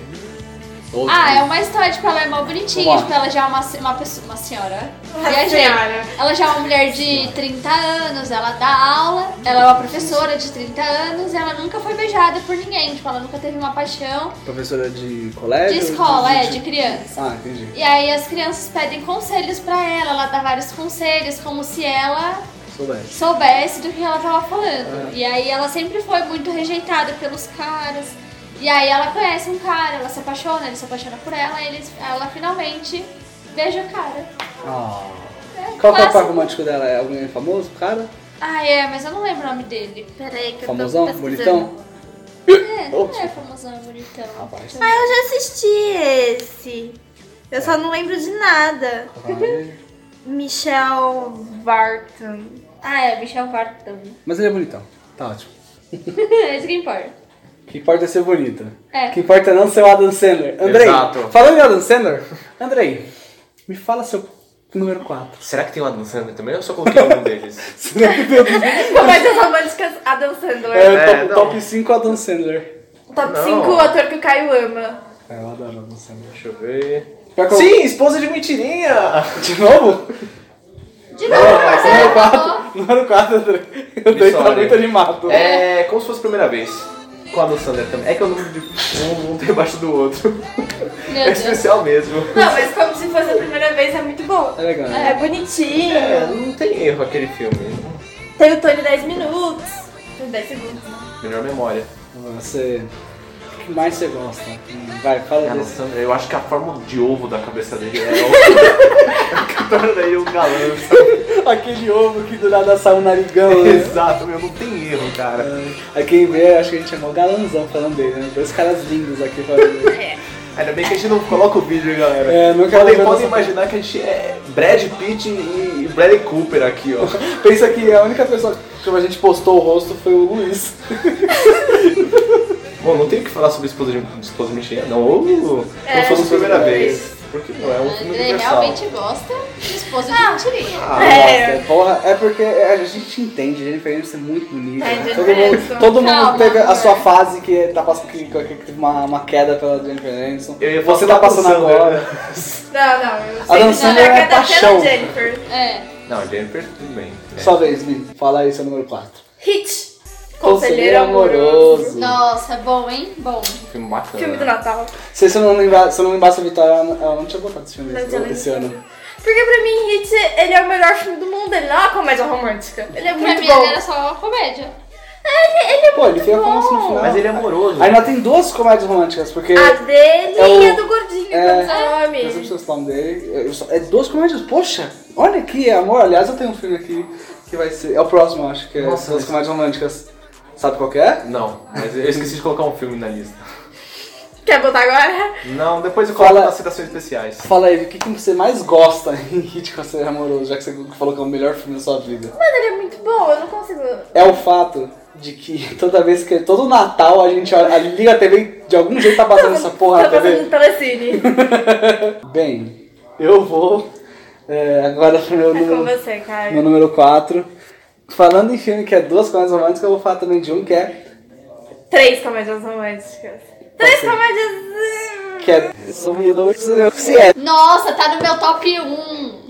S3: Outro.
S6: Ah, é uma história, tipo, ela é mó bonitinha,
S3: Vamos lá.
S6: tipo, ela já é uma, se- uma pessoa, uma senhora.
S7: Uma
S6: Viajei.
S7: senhora.
S6: Ela já é uma mulher de 30 anos, ela dá aula, ela é uma professora de 30 anos, ela nunca foi beijada por ninguém, tipo, ela nunca teve uma paixão
S3: Professora de
S6: de
S3: colégio?
S6: escola, é, de criança.
S3: Ah, entendi.
S6: E aí as crianças pedem conselhos pra ela, ela dá vários conselhos, como se ela
S3: Soubesse.
S6: soubesse do que ela tava falando. E aí ela sempre foi muito rejeitada pelos caras. E aí ela conhece um cara, ela se apaixona, ele se apaixona por ela, e eles, ela finalmente beija o cara.
S3: Ah. Qual que é o par
S6: clássico.
S3: romântico dela? É alguém famoso, cara?
S6: Ah, é, mas eu não lembro o nome dele.
S4: Peraí, que eu tô
S3: Famosão?
S4: pesquisando.
S3: Bonitão?
S6: É, não é famosão, bonitão.
S4: Ah, eu já assisti esse. Eu só não lembro de nada. Michel Barton.
S6: Ah, é, Michel Vartão.
S3: Mas ele é bonitão. Tá ótimo.
S6: é isso que importa.
S3: O que importa é ser bonita.
S6: É.
S3: O que importa é não ser o Adam Sandler. Andrei,
S5: Exato.
S3: falando em Adam Sandler, Andrei, me fala seu número 4.
S5: Será que tem uma dançando também? Eu só coloquei um deles.
S7: Comédias românticas, Adam Sandler.
S3: É,
S5: É,
S3: top,
S5: não.
S3: top 5 Adam Sandler.
S7: Top
S5: Não.
S7: 5 ator que o Caio ama.
S3: É, eu adoro Adam Sandler.
S5: Deixa eu ver.
S3: Pior que eu-
S5: Sim, esposa de mentirinha!
S3: De novo?
S6: De novo,
S3: Número
S7: é-
S6: Marcelo, falou.
S3: 4. Número 4, André. Eu dei tá
S5: Vitória.
S3: muito animado.
S5: É como se fosse a primeira vez. Com a do Sander também. É que é o número de um, um tem embaixo do outro.
S6: Meu
S5: é
S6: Deus.
S5: especial mesmo.
S7: Não, mas como se fosse a primeira vez, é muito bom.
S3: É legal.
S7: É
S3: né?
S7: bonitinho.
S5: É, não tem erro aquele filme.
S7: Tem o Tony 10 minutos. Tony 10 segundos.
S5: Melhor memória.
S3: Você. O que mais você gosta? Hum, Vai, fala
S5: Adam
S3: desse.
S5: Sandler, eu acho que a forma de ovo da cabeça dele é o. que torna ele um galã. sabe?
S3: Aquele ovo que do nada sai um narigão. né?
S5: Exato, meu, não tem erro, cara.
S3: Aí É, quem vê, acho que a gente chamou galanzão falando dele, né? Dois caras lindos aqui falando dele.
S5: Ainda bem que a gente não coloca o vídeo, hein, galera.
S3: É, não quero ver
S5: podem, podem
S3: nossa-
S5: imaginar que a gente é Brad Pitt e, e Bradley Cooper aqui, ó.
S3: Pensa que é- a única pessoa que a gente postou o rosto foi o Luiz.
S5: Bom, não tem o que falar sobre Esposa de, esposa de Mexinha, não. Ou
S7: É,
S5: é, como se fosse a primeira
S7: Esposa de
S5: vez. Porque não, é um filme
S6: Ele
S5: universal.
S6: realmente tá gosta de esposa de mentirinha.
S5: Ah,
S7: É.
S3: Nossa, porra, é porque a gente entende, Jennifer Aniston é muito bonita.
S7: É,
S3: né?
S7: Jennifer
S3: todo mundo,
S7: Aniston.
S3: todo mundo
S6: Calma,
S3: teve a
S6: amor.
S3: sua fase que tá passando que, que- que teve uma, uma queda pela Jennifer Aniston.
S5: Eu ia falar
S3: Você tá
S5: do Adam
S3: passando
S5: Sandler,
S3: agora.
S5: né?
S7: Não, não, eu sempre
S3: Adam Sandler
S7: sou
S3: é
S7: marcada
S3: paixão.
S7: pela Jennifer.
S6: É.
S5: Não, Jennifer, tudo bem. É.
S3: Sua vez, Vim, fala aí seu número 4.
S7: Hit. Conselheiro amoroso.
S6: Nossa, bom, hein? Bom.
S5: um Filme bacana.
S7: Filme do Natal.
S3: Se você não lembrar, se eu não lembrasse a Vitória, ela não- ela não tinha botado esse filme
S7: Não
S3: esse,
S7: tinha
S3: esse
S7: lembrado.
S3: ano.
S7: Porque pra mim, Hit, ele é o melhor filme do mundo. Ele não é uma comédia romântica. Ele é
S6: Pra
S7: muito
S6: mim
S7: bom. É,
S6: ele era só uma comédia.
S3: Pô, ele fez a romance no final.
S5: Mas ele é amoroso.
S3: Ainda tem duas comédias românticas, porque.
S7: A dele
S3: É o-
S7: e a do gordinho,
S3: É.
S7: é... quando some.
S3: Eu sempre esqueço o nome dele. Eu só- É duas comédias. Poxa, olha aqui, amor. Aliás, eu tenho um filme aqui que vai ser. É o próximo, acho que é
S5: Nossa,
S3: duas
S5: mas-
S3: comédias românticas. Sabe qual que é?
S5: Não, mas eu esqueci de colocar um filme na lista.
S7: Quer botar agora?
S5: Não, depois eu coloco
S3: Fala-
S5: nas citações especiais.
S3: Fala aí, o que, que você mais gosta em Hit com ser amoroso, já que você falou que é o melhor filme da sua vida?
S7: Mano, ele é muito bom. Eu não consigo...
S3: É o fato de que toda vez que. Todo Natal a gente olha- a- liga a TV e de algum jeito tá passando essa porra na
S7: Tá
S3: TV.
S7: passando no telecine.
S3: Bem, eu vou É, agora pro meu
S4: É com
S3: número,
S4: você, cara.
S3: meu número 4. Falando em filme que é duas comédias românticas, eu vou falar também de um que é.
S4: Três comédias românticas. Três comédias.
S3: Que é. Sou meio louco, sou eu que se é.
S6: Nossa, tá no meu top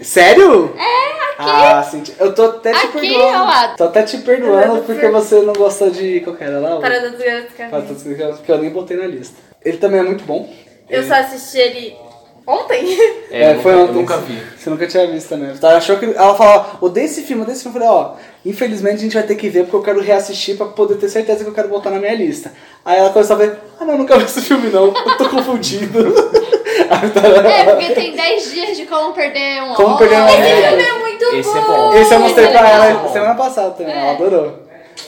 S6: 1.
S3: Sério? É, aqui. Ah, sim. Eu tô até te
S6: Aqui,
S3: perdoando.
S6: ó lá. Tá
S3: Tô até te perdoando porque você não gostou de. Qual que era lá?
S4: Parada dos Garotos
S3: Ah,
S4: Caminhos.
S3: tô esquecendo, Porque eu nem botei na lista. Ele também é muito bom.
S4: Eu
S3: Ele-
S4: só assisti ele ontem.
S5: É, eu nunca-
S3: um
S5: eu nunca vi.
S3: Você nunca tinha visto, né? Ela achou que. Ela falou, ó, odeio esse filme, odeio esse filme. Eu falei, ó, infelizmente a gente vai ter que ver porque eu quero reassistir pra poder ter certeza que eu quero botar na minha lista. Aí ela começou a ver, ah não, nunca vi esse filme não, eu tô confundido. Aí tá-
S6: É, porque tem 10 dias de como perder um
S3: Como perder um
S6: homem.
S3: homem.
S4: Ele é muito
S5: Esse é
S4: bom.
S5: bom.
S3: Esse eu mostrei
S6: Esse é
S3: pra ela
S6: legal.
S3: semana passada também, ela adorou.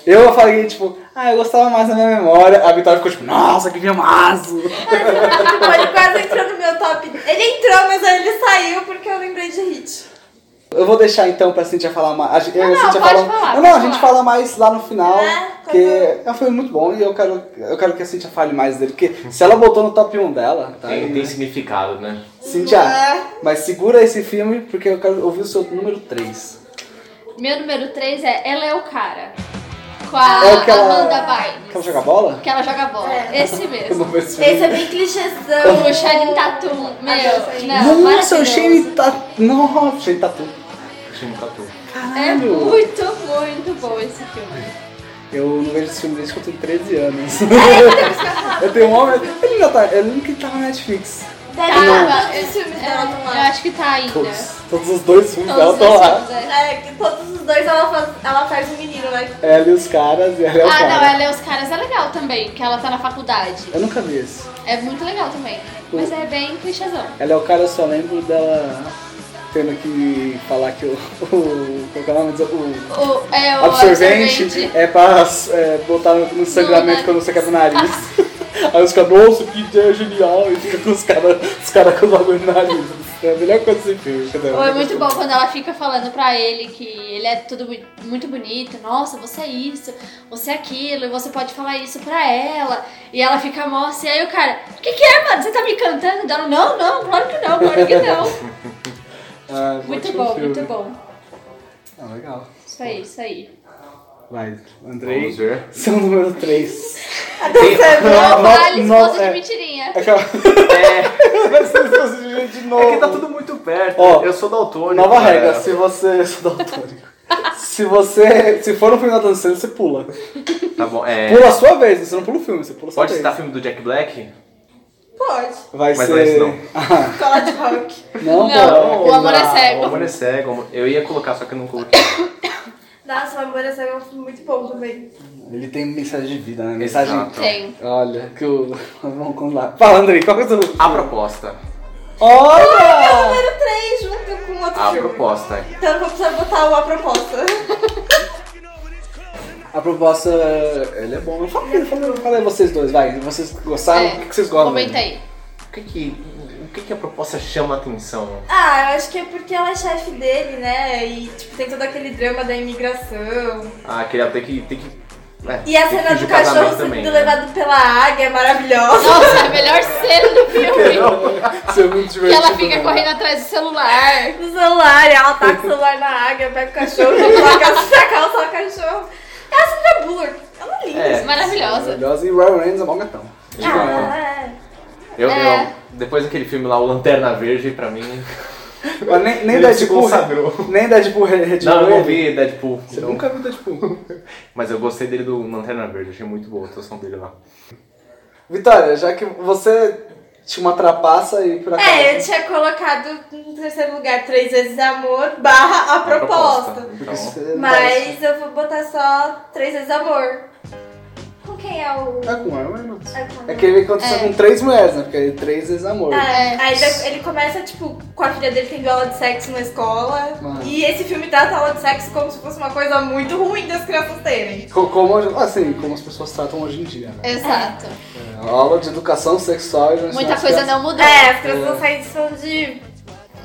S3: Eu falei, tipo, ah, eu gostava mais da minha memória. A Vitória ficou tipo, nossa, que filmaço!
S4: Tipo, ele quase entrou no meu top. Ele entrou, mas aí ele saiu porque eu lembrei de Hit.
S3: Eu vou deixar então pra Cintia falar mais. A gente, eu e a
S6: Ah, não,
S3: Cintia
S6: pode
S3: falamos-
S6: falar,
S3: não, não,
S6: pode
S3: a gente
S6: falar. Né?
S3: fala mais lá no final.
S4: É,
S3: porque é um filme muito bom e eu quero, eu quero que a Cintia fale mais dele. Porque se ela botou no top 1 dela, tá?
S5: Tem, tem significado, né?
S3: Cintia,
S6: é?
S3: mas segura esse filme porque eu quero ouvir o seu número 3.
S6: Meu número 3 é Ela é o Cara. Com a
S3: é o que ela.
S6: Amanda
S3: que ela
S6: Bynes.
S3: joga bola?
S6: Que ela joga bola. Esse
S3: Eu
S6: mesmo.
S3: não vi esse filme.
S4: Esse é bem clichêzão.
S6: O Sharin
S4: tá-
S6: Tatum. Meu, é- não,
S3: Nossa, eu
S6: maravilhoso.
S3: cheio de tatu. Nossa, tá cheio de tatu.
S5: Achei muito tatu.
S6: É
S3: Caralho.
S6: muito, muito bom esse filme.
S3: Eu não vejo esse filme desde que eu tenho 13 anos.
S6: É, então,
S3: eu tenho um homem. Ele já tá. Eu lembro que ele tava na Netflix.
S6: Tá,
S4: Todos
S6: eu-
S4: os filmes
S6: é,
S4: dela estão
S6: eu
S4: lá.
S6: acho que tá ainda.
S3: Todos, todos os dois filmes
S6: Todos
S3: dela
S6: os
S3: estão tá lá.
S6: filmes, é.
S4: É, que todos os dois ela faz, ela faz um menino, né?
S3: Ela e os caras e ela é o
S6: Ah,
S3: cara.
S6: não, ela é os caras. É legal também, que ela tá na faculdade.
S3: Eu nunca vi esse.
S6: É muito legal também. Mas é bem clichêzão.
S3: Ela é o cara, eu só lembro dela tendo que falar que o. o qual que é o nome? O
S6: O, é, o
S3: absorvente,
S6: absorvente.
S3: é pra é, botar no, no sangramento
S6: No
S3: quando você quer no nariz. Aí os caras, nossa, que ideia genial! E fica com os caras os cara com os bagulho no nariz. É a melhor coisa desse filme. cadê?
S6: Ou é muito bom quando ela fica falando pra ele que ele é tudo bu- muito bonito, nossa, você é isso, você é aquilo, e você pode falar isso pra ela. E ela fica moça, e aí o cara, o que, que é, mano? Você tá me cantando? Ela, não, não, claro que não, claro que não.
S3: Ah,
S6: muito
S3: ótimo
S6: bom,
S3: filme.
S6: muito bom.
S3: Ah, legal.
S6: Isso aí, isso aí.
S3: Vai, Andrei.
S5: Vamos ver.
S3: Seu número 3.
S6: Não
S3: não-
S6: vale
S3: não,
S6: esposa
S3: é.
S6: de mentirinha.
S3: Aquela.
S5: É,
S3: de
S5: é
S3: novo.
S5: que tá tudo muito perto.
S3: Ó,
S5: eu sou daltônico.
S3: Nova
S5: cara.
S3: regra, se você. Eu sou daltônico. se você. Se for um filme da dançando, você pula.
S5: Tá bom, é.
S3: Pula a sua vez, você não pula o filme, você pula a sua
S5: Pode
S3: vez.
S5: citar filme do Jack Black?
S4: Pode.
S3: Vai
S5: Mas
S3: ser.
S5: não é esse não.
S3: Ah,
S4: Cola de rock.
S3: não,
S6: Não,
S3: pô.
S6: o amor é
S3: Não.
S5: O
S6: cego.
S5: amor é cego. o Amor- Eu ia colocar, só que eu não coloquei.
S4: Nossa, o amor é Cego é um filme muito bom também.
S3: Ele tem mensagem de vida, né? Mensagem.
S5: Exato.
S6: Tem.
S3: Olha, que o. Vamos vamos lá. Fala, Andrei, qual que é o seu.
S5: A proposta.
S3: Olha!
S4: Número 3 junto com outro
S5: A
S4: filme.
S5: proposta.
S4: Então eu vou precisar botar uma proposta.
S3: A proposta. Ele é bom. Fala aí, fala aí, fala aí vocês dois, vai. Vocês gostaram?
S6: É.
S3: O que que vocês gostam?
S6: Comenta aí.
S5: O que que, o que, que a proposta chama a atenção?
S4: Ah, eu acho que é porque ela é chefe dele, né? E tipo, tem todo aquele drama da imigração.
S5: Ah, queria ter que. Ter que é,
S4: E a
S5: tem que
S4: cena
S5: fingir
S4: do cachorro
S5: casamento
S4: sendo
S5: também, né?
S4: levado pela águia é maravilhosa.
S6: Nossa, é a melhor cena do filme.
S3: Isso é muito
S6: Que
S3: divertido.
S6: ela fica
S3: né?
S6: correndo atrás do celular.
S4: No celular, e ela taca o celular na águia, pega o cachorro, joga a calça pra calça o cachorro. É a Sandra Bullock. Ela é linda.
S5: É,
S6: Maravilhosa.
S3: Maravilhosa. E Ryan Reynolds é bom gatão.
S4: Ah, é.
S5: eu,
S6: É.
S5: eu- depois daquele filme lá, o Lanterna Verde, pra mim.
S3: Mas nem, nem
S5: Ele é tipo um se
S3: Deadpool.
S5: consagrou.
S3: Nem Deadpool re- retirou
S5: não, eu não
S3: ele.
S5: vi Deadpool.
S3: Você
S5: não.
S3: nunca viu Deadpool.
S5: Mas eu gostei dele do Lanterna Verde, achei muito boa a atuação dele lá.
S3: Vitória, já que você tinha uma trapaça e né? por acaso.
S4: É, eu tinha colocado em terceiro lugar três vezes amor barra a proposta.
S3: Porque
S5: Então,
S3: você não parece.
S4: Mas eu vou botar só três vezes amor. Com quem é o.
S3: É com o Ryan Reynolds.
S4: É com-
S3: É que ele aconteceu
S6: É.
S3: com três mulheres, né? Porque ele três vezes amor.
S4: É,
S6: É.
S4: Aí ele- ele começa, tipo, com a filha dele tendo aula de sexo na escola.
S3: Mano.
S4: E esse filme trata a aula de sexo como se fosse uma coisa muito ruim das crianças terem.
S3: Co- Como, hoje- assim, como as pessoas tratam hoje em dia, né?
S6: Exato.
S3: É, a aula de educação sexual e já ensinar
S6: Muita
S3: as
S6: coisa
S3: crianças-
S6: não mudou.
S4: É, as crianças saem são de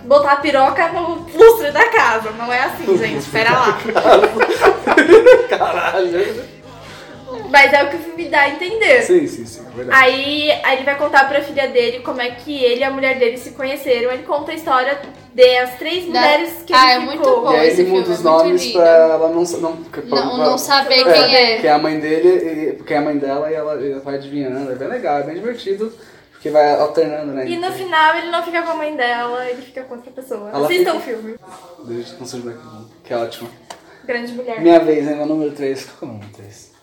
S4: botar a piroca no lustre da casa. Não é assim, gente. Pera lá.
S3: Caralho.
S4: Mas é o que o filme dá a entender.
S3: Sim, sim, sim, é verdade.
S4: Aí, aí ele vai contar pra filha dele como é que ele e a mulher dele se conheceram. Ele conta a história das três
S6: Da-
S4: mulheres que
S6: Ah,
S4: ele
S6: é
S4: ficou.
S6: muito bom.
S3: e aí
S6: esse
S3: ele muda
S6: filme
S3: os
S6: é muito
S3: nomes
S6: lindo.
S3: pra ela não. sa- Não, que- pra-
S6: Não,
S3: pra-
S6: não saber quem é.
S3: Que é a mãe dele, e- porque é a mãe dela e ela, e ela vai adivinhando. É bem legal, é bem divertido. Porque vai alternando, né?
S4: E no final ele não fica com a mãe dela, ele fica com outra pessoa.
S3: Ela fica-
S4: Assistam o filme.
S3: Desde que não seja Black Moon, que é ótimo.
S4: Grande Mulher.
S3: Minha vez, né? Meu número 3. Qual que é o número 3?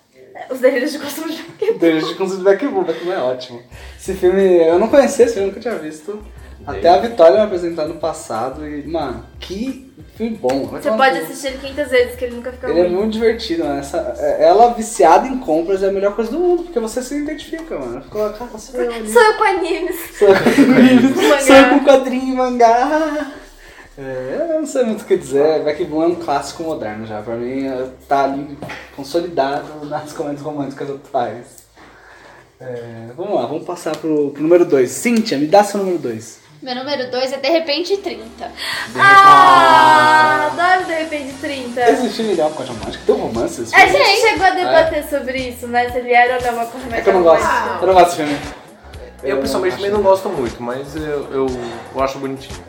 S4: Os delírios de consumo de brinquedo.
S3: Desde que não seja Black Moon, Black Moon é ótimo. Esse filme, eu não conhecia esse filme, nunca tinha visto. Até a Vitória me apresentou no passado e, mano, que filme bom. Vai
S4: Você
S3: tomar
S4: pode
S3: no cu.
S4: assistir ele 500 vezes, que ele nunca fica
S3: Ele é
S4: ruim.
S3: muito divertido, mano. Essa, é- ela viciada em compras é a melhor coisa do mundo, porque você se identifica, mano. Ficou, cara, sou eu ali.
S4: Sou eu com animes.
S3: Sou eu com livro,
S4: Mangá.
S3: sou eu com quadrinho, mangá. É, eu não sei muito o que dizer. Back Boom é um clássico moderno já. Pra mim, é- tá ali consolidado nas comédias românticas atuais. É, vamos lá, vamos passar pro, pro número 2. Cíntia, me dá seu número 2.
S6: Meu número 2 é De Repente 30.
S4: Ah, adoro De Repente 30.
S3: Esse filme ele é uma comédia romântica, tem um romance esse
S4: A
S3: filme?
S4: É gente chegou a debater sobre isso, né? Se ele era ou não uma comédia
S3: É que eu não gosto.
S4: romântica.
S3: Eu não gosto desse filme. é um
S5: Eu pessoalmente também não gosto muito, mas eu, eu, eu acho bonitinho.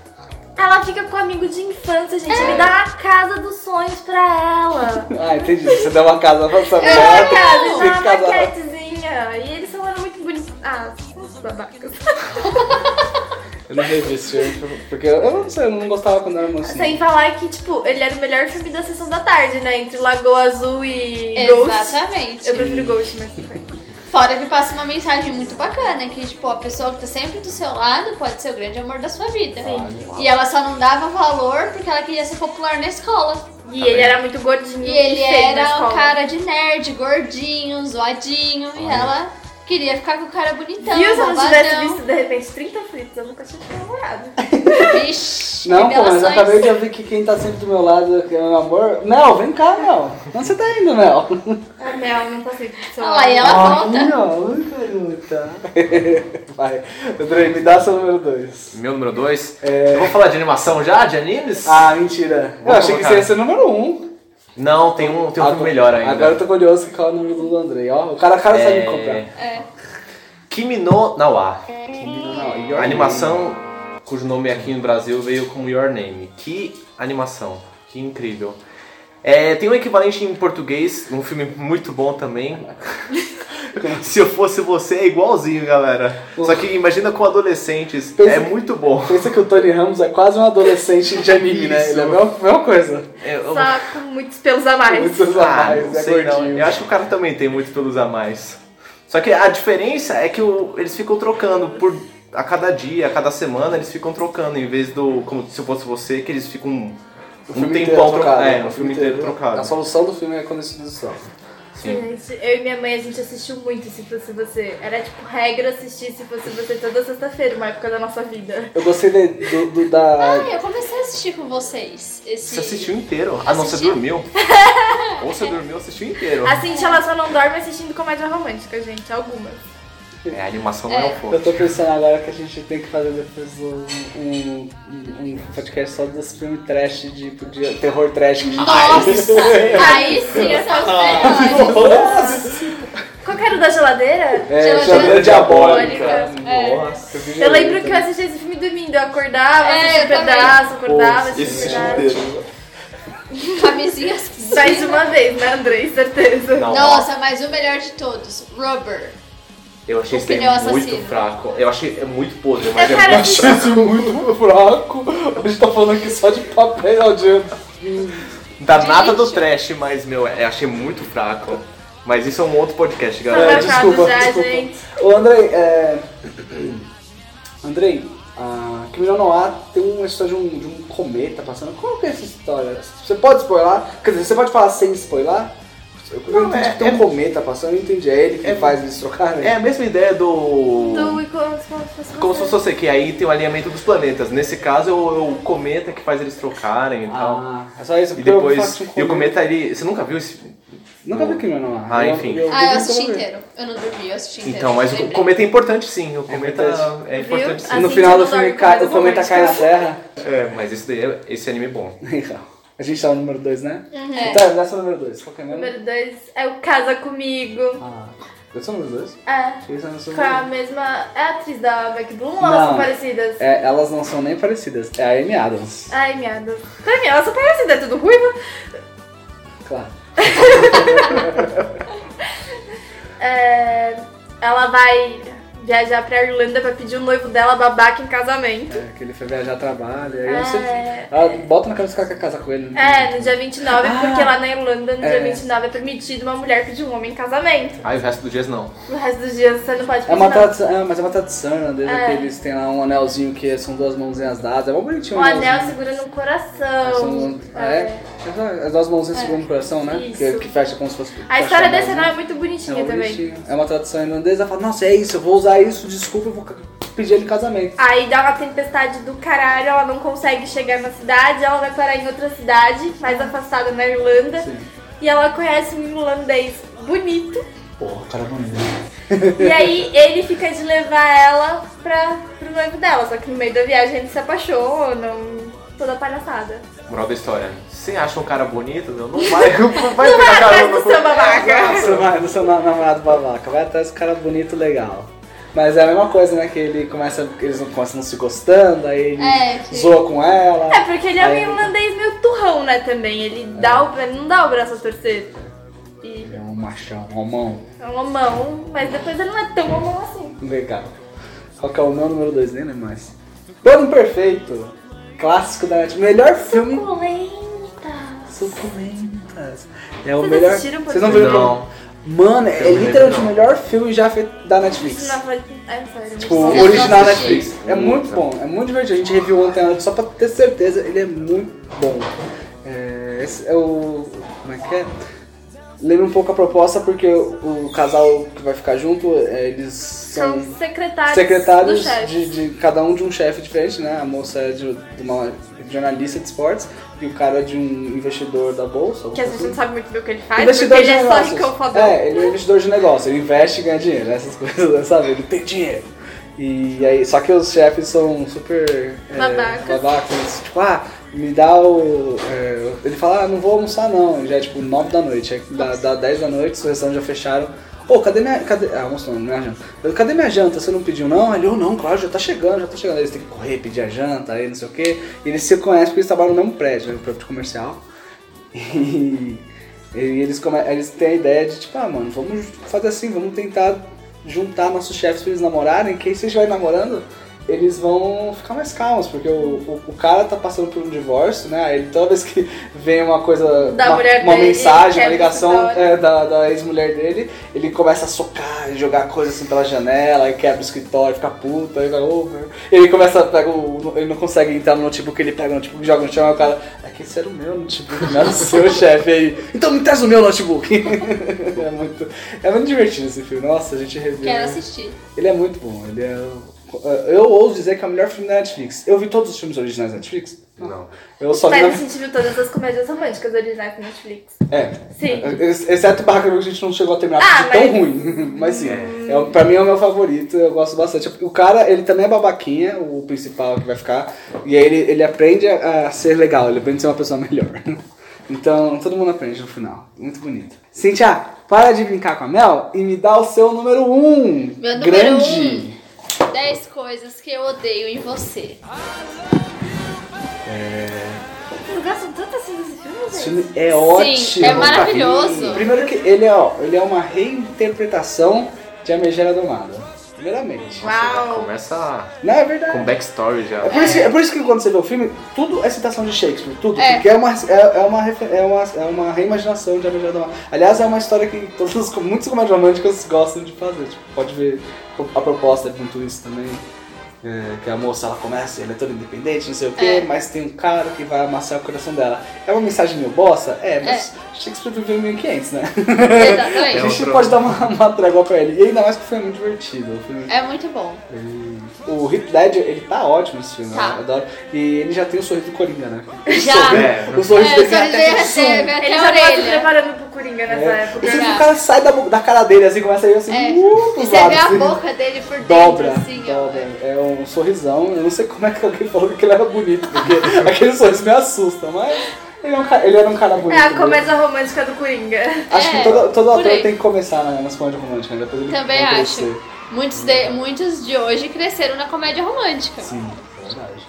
S4: Ela fica com um amigo de infância, gente. Ele dá a casa dos sonhos pra ela.
S3: Ah, entendi. Você deu uma casa pra sua
S4: Ele dá É uma
S3: mulher.
S4: casa,
S3: tem
S4: ele dá
S3: que
S4: uma
S3: casar.
S4: maquetezinha. E eles são muito bonitos. Ah, uns babacas.
S3: Eu não revi esse filme, porque eu, eu não sei, eu não gostava quando era mocinho.
S4: Sem falar que, tipo, ele era o melhor filme da sessão da tarde, né? Entre Lagoa Azul e Ghost.
S6: Exatamente.
S4: Eu prefiro Ghost, mas tudo bem.
S6: Fora que passa uma mensagem muito bacana, que tipo, a pessoa que tá sempre do seu lado pode ser o grande amor da sua vida. E ela só não dava valor porque ela queria ser popular na escola.
S4: E ele era muito gordinho.
S6: E ele
S4: feio
S6: era
S4: na escola.
S6: o cara de nerd, gordinho, zoadinho, e ela queria ficar com o cara bonitão,
S4: Viu se eu não tivesse
S6: babadão.
S4: visto de repente 30 fritos? Eu nunca tinha tido namorado.
S6: Vixe,
S3: Não, pô, mas eu
S6: revelações.
S3: acabei de ouvir que quem tá sempre do meu lado que é meu amor. Mel, vem cá, Mel. Onde você tá indo, Mel?
S4: Ah, Mel, não passei por seu
S6: Olha lá, e
S4: lado.
S6: ela volta.
S3: Mel, oi, garota. Vai. Andrei, me dá seu número 2.
S5: Meu número 2. Eu vou falar de animação já, de animes?
S3: É. Ah, mentira.
S5: Vou
S3: eu achei que você
S5: colocar.
S3: ia ser o número 1. Um.
S5: Não, tem um, tem um filme melhor ainda.
S3: Agora eu tô curioso que qual é o número do Andrei. Ó, o cara, o cara sabe
S5: É.
S3: comprar.
S5: Kimi no Nawa.
S3: Não,
S5: A animação cujo nome aqui no Brasil veio como Your Name. Que animação, que incrível. É, tem um equivalente em português, um filme muito bom também. Se eu fosse você, é igualzinho, galera. Só que imagina com adolescentes,
S3: Pensa-
S5: é muito bom.
S3: Pensa que o Tony Ramos é quase um adolescente de anime, né?
S5: Isso.
S3: Ele é a mesma, mesma coisa.
S5: É, eu-
S4: Só com muitos pelos a mais.
S3: Muitos anos a
S5: Ah,
S3: mais,
S5: não
S3: é
S5: sei não.
S3: gordinho.
S5: Eu acho que o cara também tem muito pelos a mais. Só que a diferença é que o- eles ficam trocando por a cada dia, a cada semana eles ficam trocando em vez do como se eu fosse você que eles ficam um,
S3: O
S5: um
S3: filme inteiro
S5: tempão trocado,
S3: né?
S5: é, um filme inteiro trocado.
S3: A solução do filme é quando isso do sol.
S4: Gente, eu e minha mãe, a gente assistiu muito Se Fosse Você. Era tipo regra assistir Se Fosse Você toda sexta-feira, uma época da nossa vida.
S3: Eu gostei de- do, do- da.
S6: Ah, eu comecei a assistir com vocês. Esse...
S5: Você assistiu inteiro? Ah, não, você
S6: Assisti.
S5: dormiu. Ou você dormiu, assistiu inteiro.
S4: A Cintia, Assim, ela só não dorme assistindo comédia romântica, gente, algumas.
S5: É, a animação não é o
S3: Eu
S5: foco.
S3: tô pensando agora que a gente tem que fazer depois um, um, um podcast só dos filmes trash de, de terror trash de
S6: Nossa! Aí sim, essa é
S4: Qual que era o da geladeira?
S3: É,
S6: Geladeira
S3: geladeira diabólica.
S6: É,
S4: Diabólica.
S5: Nossa.
S3: vi
S4: Eu
S3: geladeira
S4: lembro que eu
S3: também.
S4: assisti esse filme dormindo, eu acordava,
S6: É,
S4: assistia um
S6: eu também.
S4: pedaço, acordava,
S5: Esse
S4: assistia um
S5: filme
S4: pedaço.
S5: inteiro.
S6: Camisinhas.
S4: Mais uma vez, né, Andrei? Certeza.
S5: Não,
S6: Nossa, mas o melhor de todos, Rubber.
S5: eu achei esse
S6: Opinião
S5: filme muito
S6: assassina.
S5: fraco. Eu achei é muito podre, mas
S4: Eu
S5: é
S4: quero
S5: muito
S4: assistir.
S3: Isso é muito fraco. A gente tá falando aqui só de papel adiante.
S5: Danada do
S6: Gente.
S5: trash, mas, meu, eu achei muito fraco. Mas isso é um outro podcast,
S4: Tá
S5: galera.
S3: É,
S4: marcado
S3: desculpa,
S4: já,
S3: desculpa.
S4: gente.
S3: Ô Andrei, é. Andrei, a Kimi no Noa tem uma história de um, de um cometa passando. Qual que é essa história? Você pode spoiler? Quer dizer, você pode falar sem spoiler? Eu
S5: Não,
S3: entendi
S5: é-
S3: que tem um cometa passando, eu entendi. É ele que faz eles trocarem?
S5: É a mesma ideia do.
S4: Do e como se fosse
S5: Como se fosse
S4: você.
S5: você, que aí tem o alinhamento dos planetas. Nesse caso, é o, o cometa que faz eles trocarem e tal.
S3: Ah, é só isso.
S5: E
S3: porque eu
S5: depois.
S3: faço um
S5: E o cometa, ele. Você nunca viu esse.
S3: Nunca é. vi Kimi no Noa.
S5: Ah, enfim.
S6: Ah, eu assisti inteiro. Eu não dormi, eu assisti inteiro.
S5: Então, mas o
S6: Lembrei.
S5: cometa é importante sim. O cometa
S3: importante.
S5: é importante
S4: Viu?
S5: sim.
S3: E no
S4: Assim,
S3: final do
S4: você não
S3: filme
S4: dorme
S3: cai-
S4: com
S3: o cometa
S4: as
S3: cai na terra.
S5: É, mas esse daí é- esse anime é bom.
S3: Legal. A gente tá no número 2, né?
S6: É.
S3: Então, nessa é o número 2. Qual que é mesmo?
S4: Número 2 é o Casa Comigo.
S3: Ah, eu sou o número 2?
S4: É.
S3: Esse é o nosso
S4: Com a
S3: número
S4: mesma. É a atriz da Beck Bloom ou elas
S3: Não.
S4: são parecidas?
S3: é, Elas não são nem parecidas. É a Amy Adams,
S4: Ai, merda. Pra mim, elas são parecidas, é tudo ruiva.
S3: claro.
S4: É, Ela vai viajar pra Irlanda pra pedir o noivo dela babaca em casamento.
S3: É, que ele foi viajar a trabalho. Aí eu não sei.
S4: É,
S3: Ela bota na cabeça que ela quer casar com ele. né?
S4: é, no dia 29,
S3: Ah.
S4: porque lá na Irlanda, no
S3: É.
S4: dia 29, é permitido uma mulher pedir um homem em casamento.
S5: Aí Ah, o resto do dias não.
S4: No resto dos dias você não pode pedir
S3: É uma
S4: nada.
S3: tradição, é, mas é uma tradição irlandesa
S4: É.
S3: que eles têm lá um anelzinho que são duas mãozinhas dadas. É mó bonitinho.
S4: Um anel
S3: anelzinho.
S4: segura no
S3: São-
S4: coração.
S3: é, as duas mãozinhas segurando o coração, né?
S4: É. Isso.
S3: Que, que fecha como se fosse.
S4: A história desse
S3: não
S4: anel é muito
S3: é
S4: bonitinha
S3: mó
S4: também.
S3: bonitinho. É uma tradição irlandesa. Ela fala, nossa, é isso, eu vou usar isso, desculpa, eu vou ca- pedir ele em casamento.
S4: Aí dá uma tempestade do caralho, ela não consegue chegar na cidade, ela vai parar em outra cidade, mais afastada na Irlanda,
S3: Sim.
S4: e ela conhece um irlandês bonito.
S3: Porra, o cara é bonito.
S4: E aí ele fica de levar ela pra, pro noivo dela, só que no meio da viagem eles se apaixonam, toda palhaçada.
S5: Moral da história. Você acha um cara bonito, meu? Não vai, não vai pegar
S4: Atrás
S5: carona
S4: do
S5: com
S4: seu babaca!
S3: Seu na- do seu na- namorado babaca, vai atrás do cara bonito legal. Mas é a mesma coisa, né? Que ele começa. Eles não começam não se gostando, aí ele
S6: É, que-
S3: zoa com ela.
S4: É, porque ele é um
S3: Aí- tá.
S4: irlandês meio turrão, né, também. Ele, dá o, ele não dá o braço a torcer. E
S3: É um machão, um homão. um
S4: é um homão, mas depois ele não é tão homão assim.
S3: Legal. Qual que é o meu número 2? Nem lembro mais. Plano Perfeito. Clássico da Netflix. Melhor filme.
S4: Polenta!
S3: Suculentas. É o
S4: Vocês
S3: melhor.
S4: assistiram Plano
S3: Vocês não viram?
S5: Não,
S3: o Plano- Mano, é
S5: Eu não
S3: literalmente o
S5: lembro,
S3: melhor filme já feito da Netflix.
S4: Isso não foi... É, sério.
S3: Tipo,
S4: muito
S3: o
S6: Eu
S4: bom.
S3: original
S6: não assisti.
S3: Netflix. É muito bom, é muito divertido. A gente reviu ontem à noite só pra ter certeza, ele é muito bom. É, esse é o. Como é que é? Lembra um pouco a proposta, porque o o casal que vai ficar junto, é, eles
S4: São
S3: são
S4: secretários,
S3: secretários
S4: do chefe.
S3: de, de- cada um de um chefe diferente, né? A moça é de, de uma jornalista de esportes e o cara é de um investidor da bolsa.
S4: Que a gente não sabe muito bem o que ele faz,
S3: Investidor
S4: porque
S3: de
S4: ele é só
S3: negócios.
S4: rico fodão.
S3: É, ele é investidor de negócio, ele investe e ganha dinheiro, essas coisas, sabe? Ele tem dinheiro. E aí, só que os chefes são super é,
S4: Babacas.
S3: babacas, tipo, ah, me dá o. é, ele fala, ah, não vou almoçar não, E já é tipo 9 da noite, aí dá, dá 10 da noite, os restaurantes já fecharam. Ô, cadê minha. Cadê, ah, almoço não, minha janta. Eu, Cadê minha janta? Você não pediu não? Ele, eu não, claro, já tá chegando, já tá chegando. Aí eles têm que correr, pedir a janta, aí não sei o quê. E eles se conhecem porque eles trabalham no mesmo prédio, né? No prédio comercial. E, e eles, come, eles têm a ideia de, tipo, ah, mano, vamos fazer assim, vamos tentar juntar nossos chefes pra eles namorarem, que aí se a gente vai namorando, eles vão ficar mais calmos, porque o, o, o cara tá passando por um divórcio, né? Aí toda vez que vem uma coisa,
S4: Da
S3: uma,
S4: mulher
S3: uma
S4: dele,
S3: mensagem, uma
S4: quebra
S3: ligação
S4: essa história.
S3: é, da, da ex-mulher dele, ele começa a socar, jogar coisa assim pela janela, aí quebra o escritório, fica puto, aí vai over. Ele começa, pega o, ele não consegue entrar no notebook, ele pega o notebook, joga no chão, aí o cara, aqui esse era o meu notebook, não era o seu chefe aí. Então me traz o meu notebook. é, muito, é muito divertido esse filme, nossa, a gente reviu.
S6: Quero
S3: né?
S6: assistir.
S3: Ele é muito bom, ele é. Eu ouso dizer que é o melhor filme da Netflix. Eu vi todos os filmes originais da Netflix?
S6: Hum.
S5: Não.
S3: Eu só vi.
S4: Mas
S3: Na...
S4: a gente viu todas as comédias românticas originais do Netflix.
S3: É,
S4: Sim.
S3: Ex- Exceto o Barraca Louca, que a gente não chegou a terminar
S4: Ah,
S3: porque é tão
S4: mas-
S3: ruim. mas sim, é, o- pra mim é o meu favorito, eu gosto bastante. O cara, ele também é babaquinha, o principal que vai ficar. E aí ele, ele aprende a, a ser legal, ele aprende a ser uma pessoa melhor. Então, todo mundo aprende no final. Muito bonito. Cintia, para de brincar com a Mel e me dá o seu número 1. Um,
S6: Meu número
S3: grande.
S6: um, 10 coisas que eu odeio em você.
S4: Vocês gostam tanto assim desse filme,
S3: Esse
S4: gente?
S3: filme é ótimo.
S6: é maravilhoso.
S3: Primeiro que ele é, ó, ele é uma reinterpretação de A Megera Domada. Primeiramente.
S5: Nossa, já começa
S3: Não é verdade.
S5: com backstory já.
S3: É por, isso que, é por isso que quando você vê o filme, tudo é citação de Shakespeare, tudo.
S6: É.
S3: Porque é uma, é, é uma, refe- é uma, é uma reimaginação de A Megera Domada. Aliás, é uma história que todos, os- muitos comédias românticas gostam de fazer. Tipo, pode ver a proposta é muito isso também. É, que a moça ela começa, ela é toda independente, não sei o quê,
S6: É.
S3: mas tem um cara que vai amassar o coração dela. É uma mensagem meio bossa? É, mas Shakespeare viveu em 1500, né?
S6: Exatamente.
S5: É
S3: a gente
S5: outro-
S3: pode dar uma, uma trégua pra ele. E ainda mais que foi muito divertido. O
S5: um
S3: filme-
S6: É muito bom.
S3: ele- O Heath Ledger, ele tá ótimo esse filme,
S6: Tá.
S3: eu adoro. E ele já tem o sorriso do Coringa, né? Ele
S6: Já.
S3: sorri-
S5: É.
S3: O sorriso dele
S6: É, o
S3: tem
S6: sorriso
S3: até
S6: dele
S3: que
S6: recebe
S3: some.
S6: até
S4: Ele
S6: a
S4: É já tava se
S6: é orelha.
S4: preparando pro Coringa nessa
S3: É.
S4: época.
S3: E você vê que
S6: Exato.
S3: o cara sai da, bo- da cara dele, assim, começa a ir assim,
S6: É.
S3: uh, pros
S6: E você vê
S3: lados,
S6: a
S3: assim.
S6: boca dele por dentro,
S3: Dobra,
S6: assim, ó.
S3: dobra. É um sorrisão. Eu não sei como é que alguém falou que ele era bonito, porque aquele sorriso me assusta, mas Ele, é um cara- ele era um cara bonito.
S4: É a
S3: né?
S4: comédia romântica do Coringa.
S3: Acho que
S6: É,
S3: todo, todo
S6: por
S3: ator
S6: aí.
S3: tem que começar na- nas comédias românticas. né? Depois ele
S6: Também
S3: vai
S6: acho.
S3: crescer.
S6: Muitos de, muitos de hoje cresceram na comédia romântica.
S3: Sim, é verdade.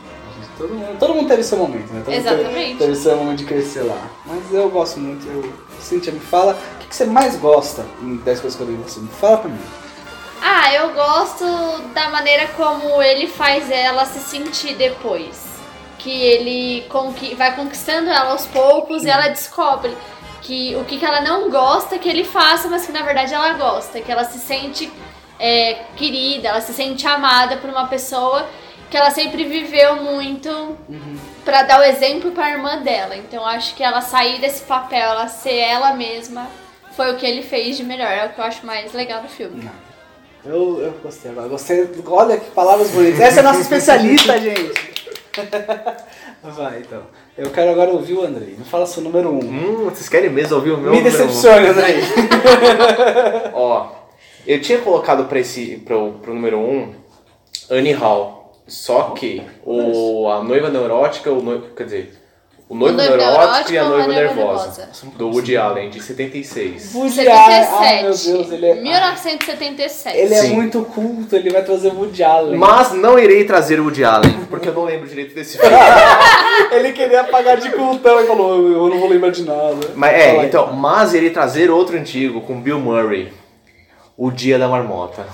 S3: Todo mundo, todo mundo teve seu momento, né? Todo mundo teve-
S6: Exatamente.
S3: Teve seu momento um de crescer lá. Mas eu gosto muito. Eu, Cintia, me fala o que, que você mais gosta em 10 coisas que eu dei em você. Me fala pra mim.
S6: Ah, eu gosto da maneira como ele faz ela se sentir depois. Que ele conqui- vai conquistando ela aos poucos e ela descobre que o que, que ela não gosta que ele faça, mas que na verdade ela gosta. Que ela se sente é, querida, ela se sente amada por uma pessoa que ela sempre viveu muito pra dar o exemplo pra irmã dela. Então acho que ela sair desse papel, ela ser ela mesma, foi o que ele fez de melhor. É o que eu acho mais legal do filme.
S3: Eu, eu gostei agora. Gostei. Olha que palavras bonitas. Essa é a nossa especialista, gente. Vai, então. Eu quero agora ouvir o Andrei. Me fala seu número 1. Um.
S5: Hum, vocês querem mesmo ouvir o meu
S3: Me
S5: número um?
S3: decepciona, Andrei.
S5: Ó, eu tinha colocado pra esse, pro, pro número 1 um, Annie Hall. Só que o, a noiva neurótica, o noivo, quer dizer, o noivo
S6: noivo
S5: neurótico,
S6: neurótico
S5: e a noiva, nervosa,
S6: nervosa.
S5: Do Woody Allen, de 76.
S6: é
S3: Woody Allen. Ai, ah, meu
S6: 77.
S3: Deus, ele é.
S6: 1977.
S3: Ele é
S5: Sim.
S3: muito culto, ele vai trazer Woody Allen.
S5: Mas não irei trazer o Woody Allen, porque eu não lembro direito desse filme.
S3: Ele queria pagar de cultão e falou, eu não vou lembrar de nada.
S5: Mas é,
S3: Fala aí.
S5: então, mas irei trazer outro antigo com Bill Murray. O Dia da Marmota.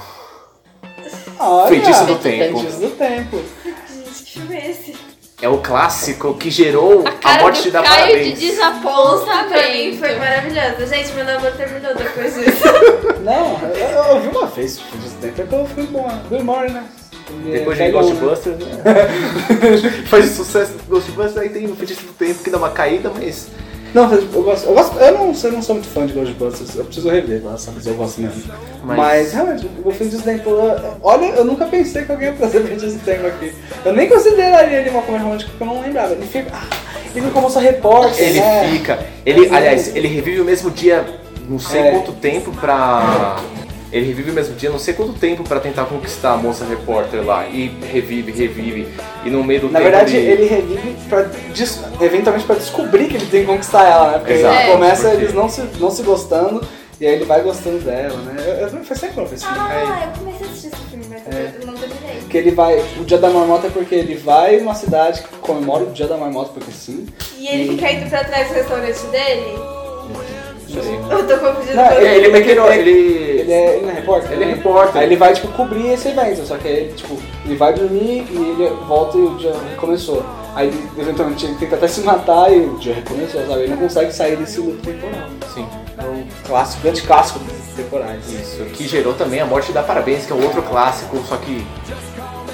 S3: Olha,
S5: Feitiço do Tempo.
S3: Feitiço do tempo.
S4: Gente, que filme é esse?
S5: É o clássico que gerou
S6: a
S5: a,
S6: cara
S5: morte
S6: do
S5: da
S6: Caio
S5: Parabéns.
S6: de
S4: Pra mim foi
S6: desapontamento.
S4: maravilhoso. Gente, meu namoro terminou depois disso.
S3: Não, eu, eu ouvi uma vez Feitiço do Tempo, é que eu fui bom. Bill Murray, né? Ele
S5: Depois de
S3: pega o-
S5: Ghostbusters, né? Faz sucesso do Ghostbusters, aí tem o Feitiço do Tempo que dá uma caída, mas...
S3: Não, eu gosto. Eu, gosto, eu, não, eu não sou muito fã de Ghostbusters, eu preciso rever, nossa, mas eu gosto mesmo. Mas,
S5: Mas-
S3: realmente, o Feitiço do Tempo. eu- Olha, eu nunca pensei que alguém ia trazer Feitiço do Tempo aqui. Eu nem consideraria ele uma comédia romântica porque eu não lembrava. Ele fica. Ah, ele fica como só repórter,
S5: Ele
S3: né?
S5: fica... Ele,
S3: Mas
S5: aliás,
S3: ele-
S5: ele revive o mesmo dia não sei
S3: É.
S5: quanto tempo pra... Ele revive o mesmo dia não sei quanto tempo pra tentar conquistar a moça repórter lá. E revive, revive. E no meio do
S3: Na
S5: tempo
S3: verdade, ele revive pra, des- eventualmente pra descobrir que ele tem que conquistar ela, né? Porque
S5: Exato,
S3: ele começa
S5: porque-
S3: eles não se, não se gostando e aí ele vai gostando dela, né? Eu, eu, não- faz tempo que eu não fiz filme, aí.
S4: Ah, eu comecei a assistir esse filme, mas
S3: É.
S4: eu não terminei.
S3: Porque ele vai. O dia da marmota é porque ele vai uma cidade que comemora o dia da marmota, porque sim.
S7: E ele fica indo pra trás do restaurante dele. Eu tô confundindo
S3: Não,
S7: com
S5: É, ele, é meteoro- ele,
S3: Ele é, ele não é repórter?
S5: Ele é
S3: né?
S5: repórter.
S3: Aí ele vai, tipo, cobrir esse evento, só que aí, tipo, ele vai dormir e ele volta e o dia recomeçou. Aí, eventualmente, ele tenta até se matar e o dia recomeçou, sabe? Ele não consegue sair desse loop temporal.
S5: Sim.
S3: É um clássico, grande clássico dos temporais.
S5: Isso, que gerou também a morte da Parabéns, que é um outro clássico, só que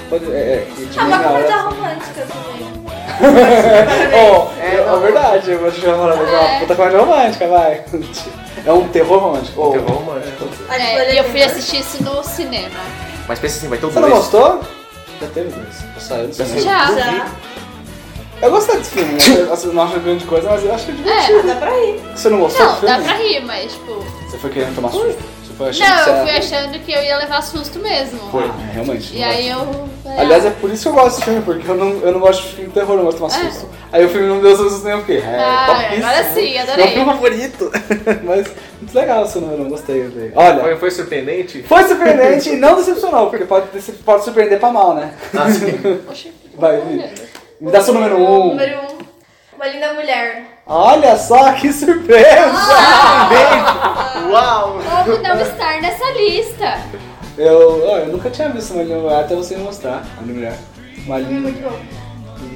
S3: Pode- É, é, que de
S4: Ah, uma
S3: meia
S4: comédia
S3: hora-
S4: romântica também.
S6: né?
S3: Ó, é, é verdade, eu vou te falar, mas é uma puta comédia romântica, vai. É um terror romântico.
S5: é
S3: Ou-
S5: romântico.
S6: É, e eu fui assistir isso no cinema.
S5: Mas pensa assim, vai ter o
S3: Você não
S5: dois.
S3: gostou? Já teve dois. Saiu do cinema.
S6: Já.
S3: Eu gostei desse filme, né? Eu assim, não acho grande coisa, mas eu acho que é divertido.
S6: É.
S3: dá pra ir. Você não gostou do
S6: Não,
S3: filme?
S6: dá pra rir, mas tipo.
S3: Você foi querendo tomar susto? Você foi achando que
S6: Não,
S3: você
S6: eu fui
S3: era-
S6: achando que eu ia levar susto mesmo.
S5: Foi.
S3: Ah, realmente.
S6: E
S3: não
S6: aí
S3: gosto.
S6: eu. ah,
S3: Aliás, é por isso que eu gosto desse filme, porque eu não, eu não gosto de filme de terror, eu não gosto de tomar
S6: É.
S3: susto. Aí o filme não deu susto nem eu fiquei. É,
S6: Ah,
S3: topíssimo.
S6: agora sim,
S3: Meu filme
S6: adorei.
S3: favorito. mas muito legal seu número, eu gostei. eu dei. Olha,
S5: Foi, foi surpreendente?
S3: Foi surpreendente e não decepcionou, porque pode, dece- pode surpreender pra mal, né?
S5: Ah,
S6: Poxa,
S3: Vai, Vi. Me dá seu número 1. Um.
S4: Número um. Uma linda mulher.
S3: Olha só que surpresa!
S5: Uau!
S6: como não estar um nessa lista?
S3: Eu, ó, eu nunca tinha visto uma Mulher até você me mostrar a mulher. Uma
S4: Filme
S3: linda.
S4: É muito bom.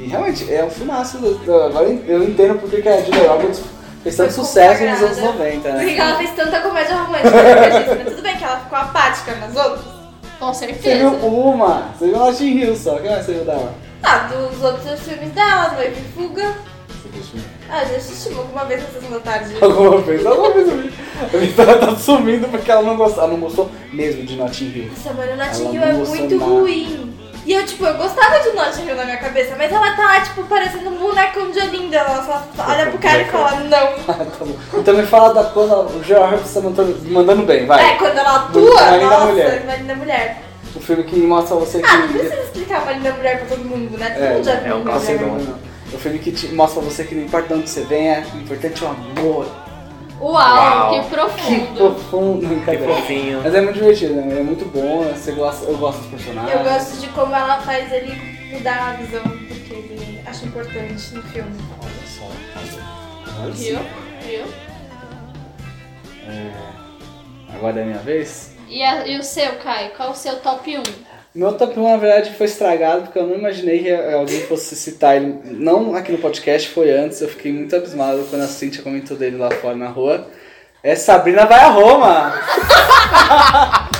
S3: E realmente é um filmaço. do- do- Agora eu entendo porque que a Julia Roberts fez tanto é um sucesso nos anos 90,
S4: Por que
S3: né?
S4: que ela fez tanta comédia romântica? né, Mas tudo bem que ela ficou apática nas outras.
S6: Com
S3: Você viu
S6: certeza.
S3: uma, você viu Lost in Rio só, que mais você viu dela?
S4: Ah, dos outros filmes dela, Noiva em Fuga. Ah, já assistimos alguma vez na sessão da tarde.
S3: Alguma vez, alguma vez eu vi. A Vitória tá sumindo porque ela não gostou, ela não gostou mesmo de Notting Hill.
S4: Nossa, mano,
S3: Ela
S4: Notting Hill é
S3: não
S4: muito
S3: gostou nada.
S4: ruim. E eu, tipo, eu gostava de Notting Hill na minha cabeça, mas ela tá lá, tipo, parecendo um bonecão de Olinda. Ela só olha pro cara e fala, não.
S3: Ah, tá bom. Então me fala da quando o Gerard está mandando, mandando bem, vai.
S4: É, quando ela atua,
S3: Muito na Linda
S4: nossa,
S3: Mulher.
S4: na linda mulher.
S3: O filme que mostra você que.
S4: Ah, não precisa explicar uma linda mulher pra todo mundo, né? Todo
S3: É,
S4: mundo já viu né?
S5: é um
S4: Linda
S5: clássico. né?
S4: Mulher.
S3: Não, não. É um filme que te mostra pra você que não importa de onde você venha, o importante é o amor.
S6: Uau,
S5: Uau.
S6: que
S3: Que
S6: profundo.
S3: profundo,
S5: Que
S3: brincadeira.
S5: fofinho.
S3: Mas é muito divertido, né? É muito bom, você gosta, eu gosto dos personagens.
S7: Eu gosto de como ela faz ele mudar a visão do que ele acha importante no filme.
S3: Olha só, olha
S6: Viu?
S3: só.
S6: Viu?
S3: Agora é a minha vez.
S6: E, a- e o seu, Caio? Qual o seu top 1?
S3: Meu top 1, na verdade, foi estragado, porque eu não imaginei que alguém fosse citar ele. Não aqui no podcast, foi antes. Eu fiquei muito abismado quando a Cintia comentou dele lá fora na rua. É Sabrina vai a Roma!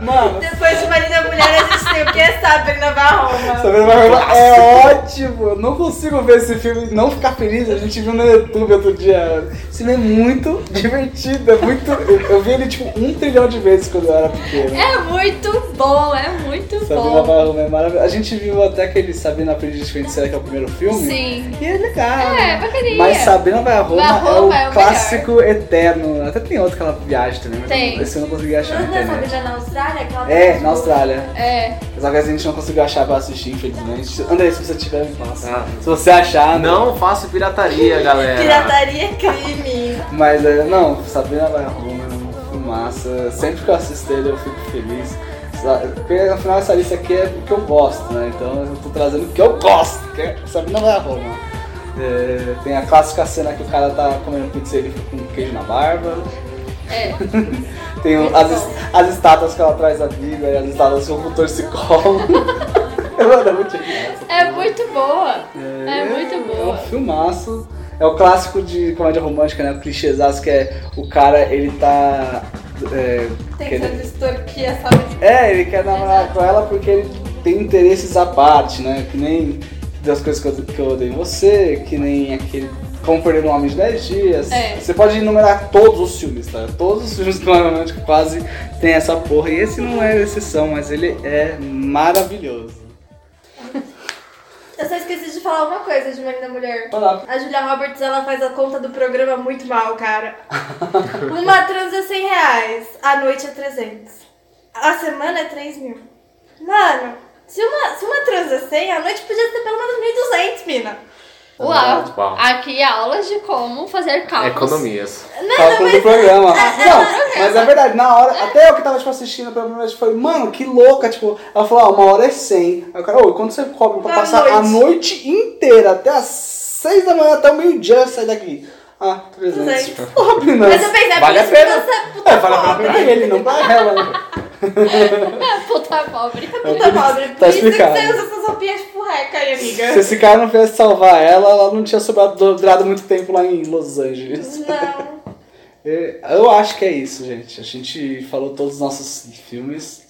S3: Mano,
S7: Depois de Marido e Mulher, a gente tem o que é Sabrina Barroma.
S3: Sabrina vai a Roma é ótimo! Eu não consigo ver esse filme e não ficar feliz. A gente viu no YouTube outro dia. Esse filme é muito divertido, é muito... Eu eu vi ele, tipo, um trilhão de vezes quando eu era pequeno.
S6: É muito bom, é muito
S3: Sabrina
S6: bom.
S3: vai arrumar é maravilhoso. A gente viu até aquele Sabrina Aprendiz de Feiticeira, que é o primeiro filme.
S6: Sim.
S3: E é legal.
S6: É,
S3: né?
S6: bacaninha.
S3: Mas Sabrina vai a Roma
S6: Vai a
S3: é o
S6: Roma é o
S3: clássico eterno. Até tem outro que ela viaja também, mas
S6: Tem.
S3: esse eu não consegui achar na
S7: Não é
S3: internet.
S7: Sabrina na Austrália? Que
S6: tá
S7: ela
S3: né?
S4: tipo,
S3: É, na Austrália.
S6: É.
S3: Só que a gente não conseguiu achar pra assistir, infelizmente. André, se você tiver, me passa.
S5: Ah.
S3: Se você achar, né?
S5: Não faço pirataria, galera.
S7: Pirataria é crime.
S3: Mas é, não, Sabrina vai a Roma é um filmaço. Sempre que eu assisto ele eu fico feliz. Sa- Porque afinal essa lista aqui é o que eu gosto, né? Então eu tô trazendo o que eu gosto, que é Sabrina vai a Roma. É, tem a clássica cena que o cara tá comendo pizza e ele fica com queijo na barba.
S6: É.
S3: Tem o- as, es- as estátuas que ela traz da Bíblia e as estátuas que o motor se cola. Mano, é muito engraçado.
S6: É muito boa. É muito
S3: É um
S6: boa.
S3: filmaço. É o clássico de comédia romântica, né? O clichêzaço que é o cara, ele tá. É, querendo-
S7: Tentando extorquir a Sabrina.
S3: é, ele quer namorar com ela porque ele tem interesses à parte, né? Que nem das coisas que eu, que eu odeio em você, que nem aquele. Como perder um homem de 10 dias.
S6: É.
S3: Você pode enumerar todos os filmes, tá? Todos os filmes de comédia romântica quase tem essa porra. E esse não é exceção, mas ele é maravilhoso.
S7: Eu só esqueci de falar uma coisa de Marido e Mulher.
S3: Olá.
S7: A Julia Roberts, ela faz a conta do programa muito mal, cara. Uma transa é 100 reais, a noite é 300. A semana é 3 mil. Mano, se uma, se uma transa é 100, a noite podia ser pelo menos 1.200, mina.
S3: É
S6: Uau.
S5: Uau.
S6: Aqui aulas de como fazer cálculos.
S5: Economias.
S3: Cálculo do
S7: Ah,
S3: programa. Não, mas é verdade, na hora, até eu que tava tipo, assistindo pela primeira vez, falei, mano, que louca, tipo, ela falou, ó, uma hora é 100. Aí o cara, ô, e quando você cobra pra
S7: Uma
S3: passar a noite inteira, até as 6 da manhã, até o meio-dia, eu sair daqui? Ah, 300.
S7: 300.
S3: Pobre, não.
S7: Mas eu pensei, é por
S5: Vale a
S7: isso que
S5: pena.
S7: você é puta
S3: É, fala pra-
S7: pobre.
S3: pra ele, não pra ela. né?
S6: Puta pobre.
S7: Puta pobre.
S3: Tá
S7: Por isso que
S3: explicado.
S7: você usa essas roupinhas de furreca aí, amiga.
S3: Se esse cara não fizesse salvar ela, ela não tinha sobrado durado muito tempo lá em Los Angeles.
S7: Não.
S3: É, Eu acho que é isso, gente. A gente falou todos os nossos filmes.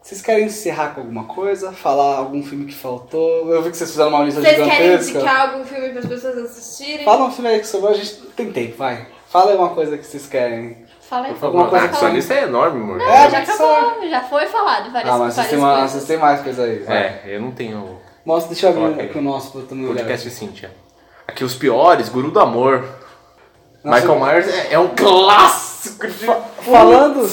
S3: Vocês querem encerrar com alguma coisa? Falar algum filme que faltou? Eu vi que vocês fizeram uma lista
S7: Vocês querem
S3: gigantesca.
S7: indicar algum filme para as pessoas assistirem?
S3: Fala um filme aí que sobrou, a gente tem tempo, vai. Fala alguma coisa que vocês querem.
S6: Fala aí.
S5: Por favor,
S3: coisa
S5: cara, sua lista é enorme, amor.
S3: É,
S6: já
S3: mas
S6: acabou, já foi falado várias,
S3: Ah, mas vocês
S6: várias
S3: têm, uma,
S6: coisas.
S3: vocês têm mais coisa aí. vai.
S5: É, eu não tenho
S3: Mostra, deixa eu abrir
S5: Coloca aí.
S3: aqui o nosso pra eu também olhar.
S5: podcast Cíntia. Aqui os piores, Guru do Amor.
S3: Nossa,
S5: Michael Myers é, é um clássico de...
S3: Falando,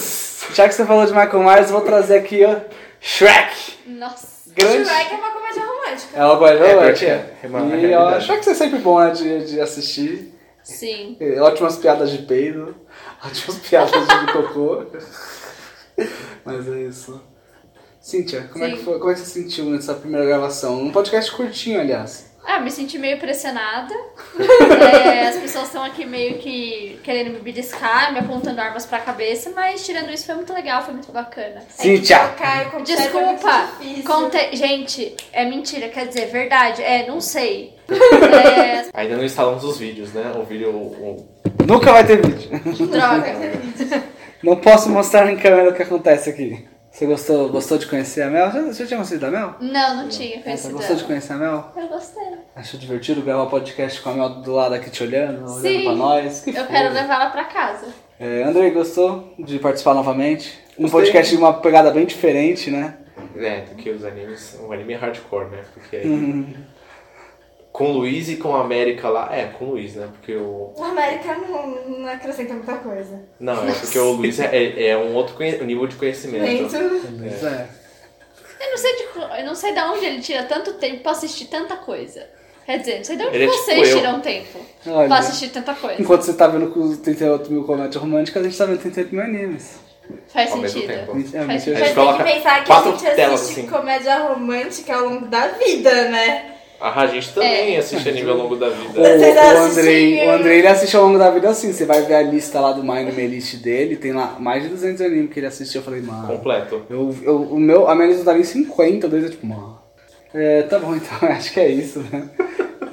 S3: já que você falou de Michael Myers, eu vou trazer aqui, ó, Shrek.
S6: Nossa.
S3: um Grande...
S7: Shrek é uma comédia romântica.
S3: É uma coisa,
S5: É,
S3: eu acho.
S5: Shrek é uma
S3: E ó,
S5: realidade.
S3: Shrek é sempre bom, né, de, de assistir.
S6: Sim.
S3: É, Ótimas piadas de peido, ótimas piadas de cocô. Mas é isso. Cíntia, como é, que
S6: Sim.
S3: foi, como é que você sentiu nessa primeira gravação? Um podcast curtinho, aliás.
S6: Ah, me senti meio pressionada. É, as pessoas estão aqui meio que querendo me beliscar, me apontando armas pra cabeça, mas tirando isso foi muito legal, foi muito bacana.
S4: É
S3: Cíntia!
S6: Desculpa,
S7: Conta.
S6: conte... gente, é mentira, quer dizer, verdade, é, não sei. É,
S5: Ainda não instalamos os vídeos, né? O vídeo... O...
S3: Nunca vai ter vídeo.
S6: droga.
S3: Não posso mostrar em câmera o que acontece aqui. Você gostou, gostou de conhecer a Mel? Você, você tinha conhecido a Mel?
S6: Não, não tinha
S3: Você
S6: conhecido
S3: gostou É, de
S6: ela.
S3: conhecer a Mel?
S6: Eu gostei.
S3: Achou divertido gravar podcast com a Mel do lado aqui te olhando, olhando
S6: Sim.
S3: pra nós? Que
S6: Eu
S3: fofo.
S6: quero né? levar ela pra casa.
S3: É, Andrei, gostou de participar novamente? Um
S5: Gostei.
S3: podcast de uma pegada bem diferente, né?
S5: É, do que os animes... O anime é hardcore, né? Porque aí...
S3: Uhum.
S5: Com o Luiz e com a América lá... É, com o Luiz, né? Porque o...
S7: O América não, não acrescenta muita coisa.
S5: Não, é porque o Luiz é- é, é um outro conhe- nível de conhecimento.
S7: Gente,
S3: Pois é.
S6: Eu não sei de, co- eu não sei de onde ele tira tanto tempo pra assistir tanta coisa. Quer dizer, não sei de onde
S5: Ele é tipo
S6: vocês
S5: eu.
S6: tiram um tempo
S3: Olha.
S6: pra assistir tanta coisa.
S3: Enquanto você tá vendo com os 38 mil comédias românticas, a gente tá vendo 38 mil animes.
S6: Faz
S5: Ao mesmo
S6: sentido.
S5: tempo.
S3: É,
S6: Faz
S5: A gente
S4: Mas
S5: coloca
S4: tem que pensar que a
S5: quatro
S4: gente
S5: telas,
S4: assiste
S5: assim.
S4: comédia romântica ao longo da vida, né?
S5: Ah, a gente também
S6: É.
S5: assiste anime ao longo da
S3: O,
S5: vida.
S4: Você tá
S3: o Andrei,
S4: assistindo?
S3: o Andrei ele assiste ao longo da vida assim. Você vai ver a lista lá do My Anime List dele, tem lá mais de 200 animes que ele assistiu. Eu falei,
S6: É.
S3: mano.
S5: Completo.
S3: Eu, eu, o meu, a minha lista tá em 50, dois eu tipo, mano. É, tá bom então, acho que é isso, né?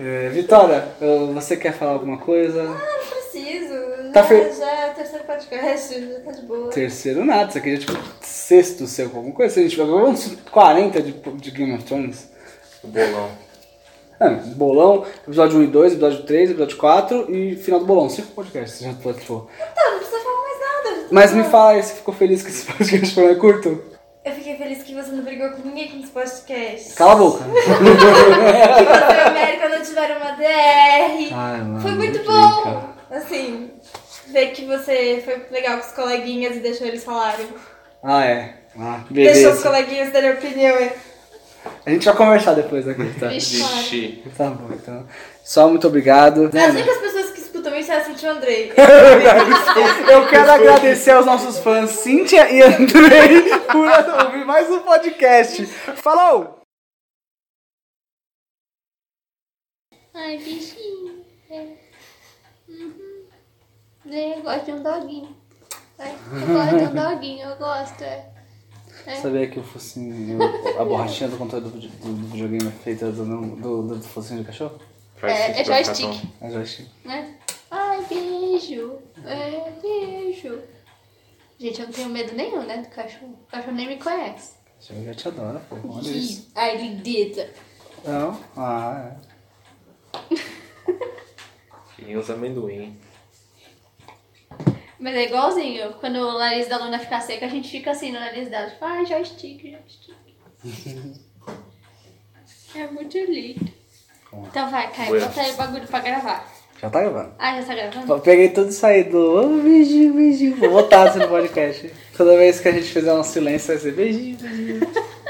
S3: É, Vitória, eu- você quer falar alguma coisa?
S4: Não preciso.
S3: Tá
S4: já,
S3: fe-
S4: já é o terceiro podcast, já tá de boa.
S3: Terceiro nada, isso aqui é tipo sexto seu, alguma coisa. assim, Se a gente tiver uns 40 de, de Game of Thrones.
S5: O bolão.
S3: É, bolão, episódio 1 e 2, episódio 3, episódio 4 e final do bolão. Cinco podcasts, já participou.
S4: Tá, não precisa falar mais nada. já tá
S3: Mas me
S4: bom.
S3: fala aí, você ficou feliz que esse podcast foi curto?
S4: Eu fiquei feliz que você não brigou com ninguém com esse podcast.
S3: Cala a boca.
S4: Que você e o América não tiveram uma DR.
S3: Ai, mano,
S4: foi muito
S3: Ah, não
S4: bom.
S3: brinca.
S4: Assim, ver que você foi legal com os coleguinhas e deixou eles falarem.
S3: Ah, é. Ah,
S4: Deixou
S3: beleza.
S4: os coleguinhas darem opinião. hein?
S3: A gente vai conversar depois aqui, tá?
S5: Vixe.
S3: Tá bom, então. Só muito obrigado.
S4: As únicas pessoas que escutam isso é a Cintia e o Andrei.
S3: Eu quero agradecer aos nossos fãs Cíntia e Andrei por ouvir mais um podcast. Falou!
S6: Ai, bichinho. É. Uhum. Eu gosto de um doguinho. É. Eu gosto de um doguinho, eu gosto. É.
S3: Sabia que o focinho, o- a borrachinha do controle do, vide- do videogame é feita do, do, do focinho de cachorro?
S6: É,
S5: tá
S6: é joystick,
S3: É joystick.
S6: né? Ai, beijo. É, beijo. Gente, eu não tenho medo nenhum, né, do cachorro. O cachorro nem me conhece.
S3: Eu já te adoro, pô. Olha isso.
S6: Ih, Ai, lindeza.
S3: Não? Ah, é.
S5: E os amendoim.
S6: Mas é igualzinho. Quando o nariz da Luna fica seco, a gente fica assim no nariz dela. Tipo, ai, joystick, joystick. é muito lindo. Então vai, Caio,
S5: Bueno.
S6: bota aí o bagulho pra gravar.
S3: Já tá gravando.
S6: Ah, já tá gravando?
S3: Eu Peguei tudo isso aí do "Ô, beijinho, beijinho. Vou botar isso no podcast. Toda vez que a gente fizer um silêncio vai ser beijinho, beijinho.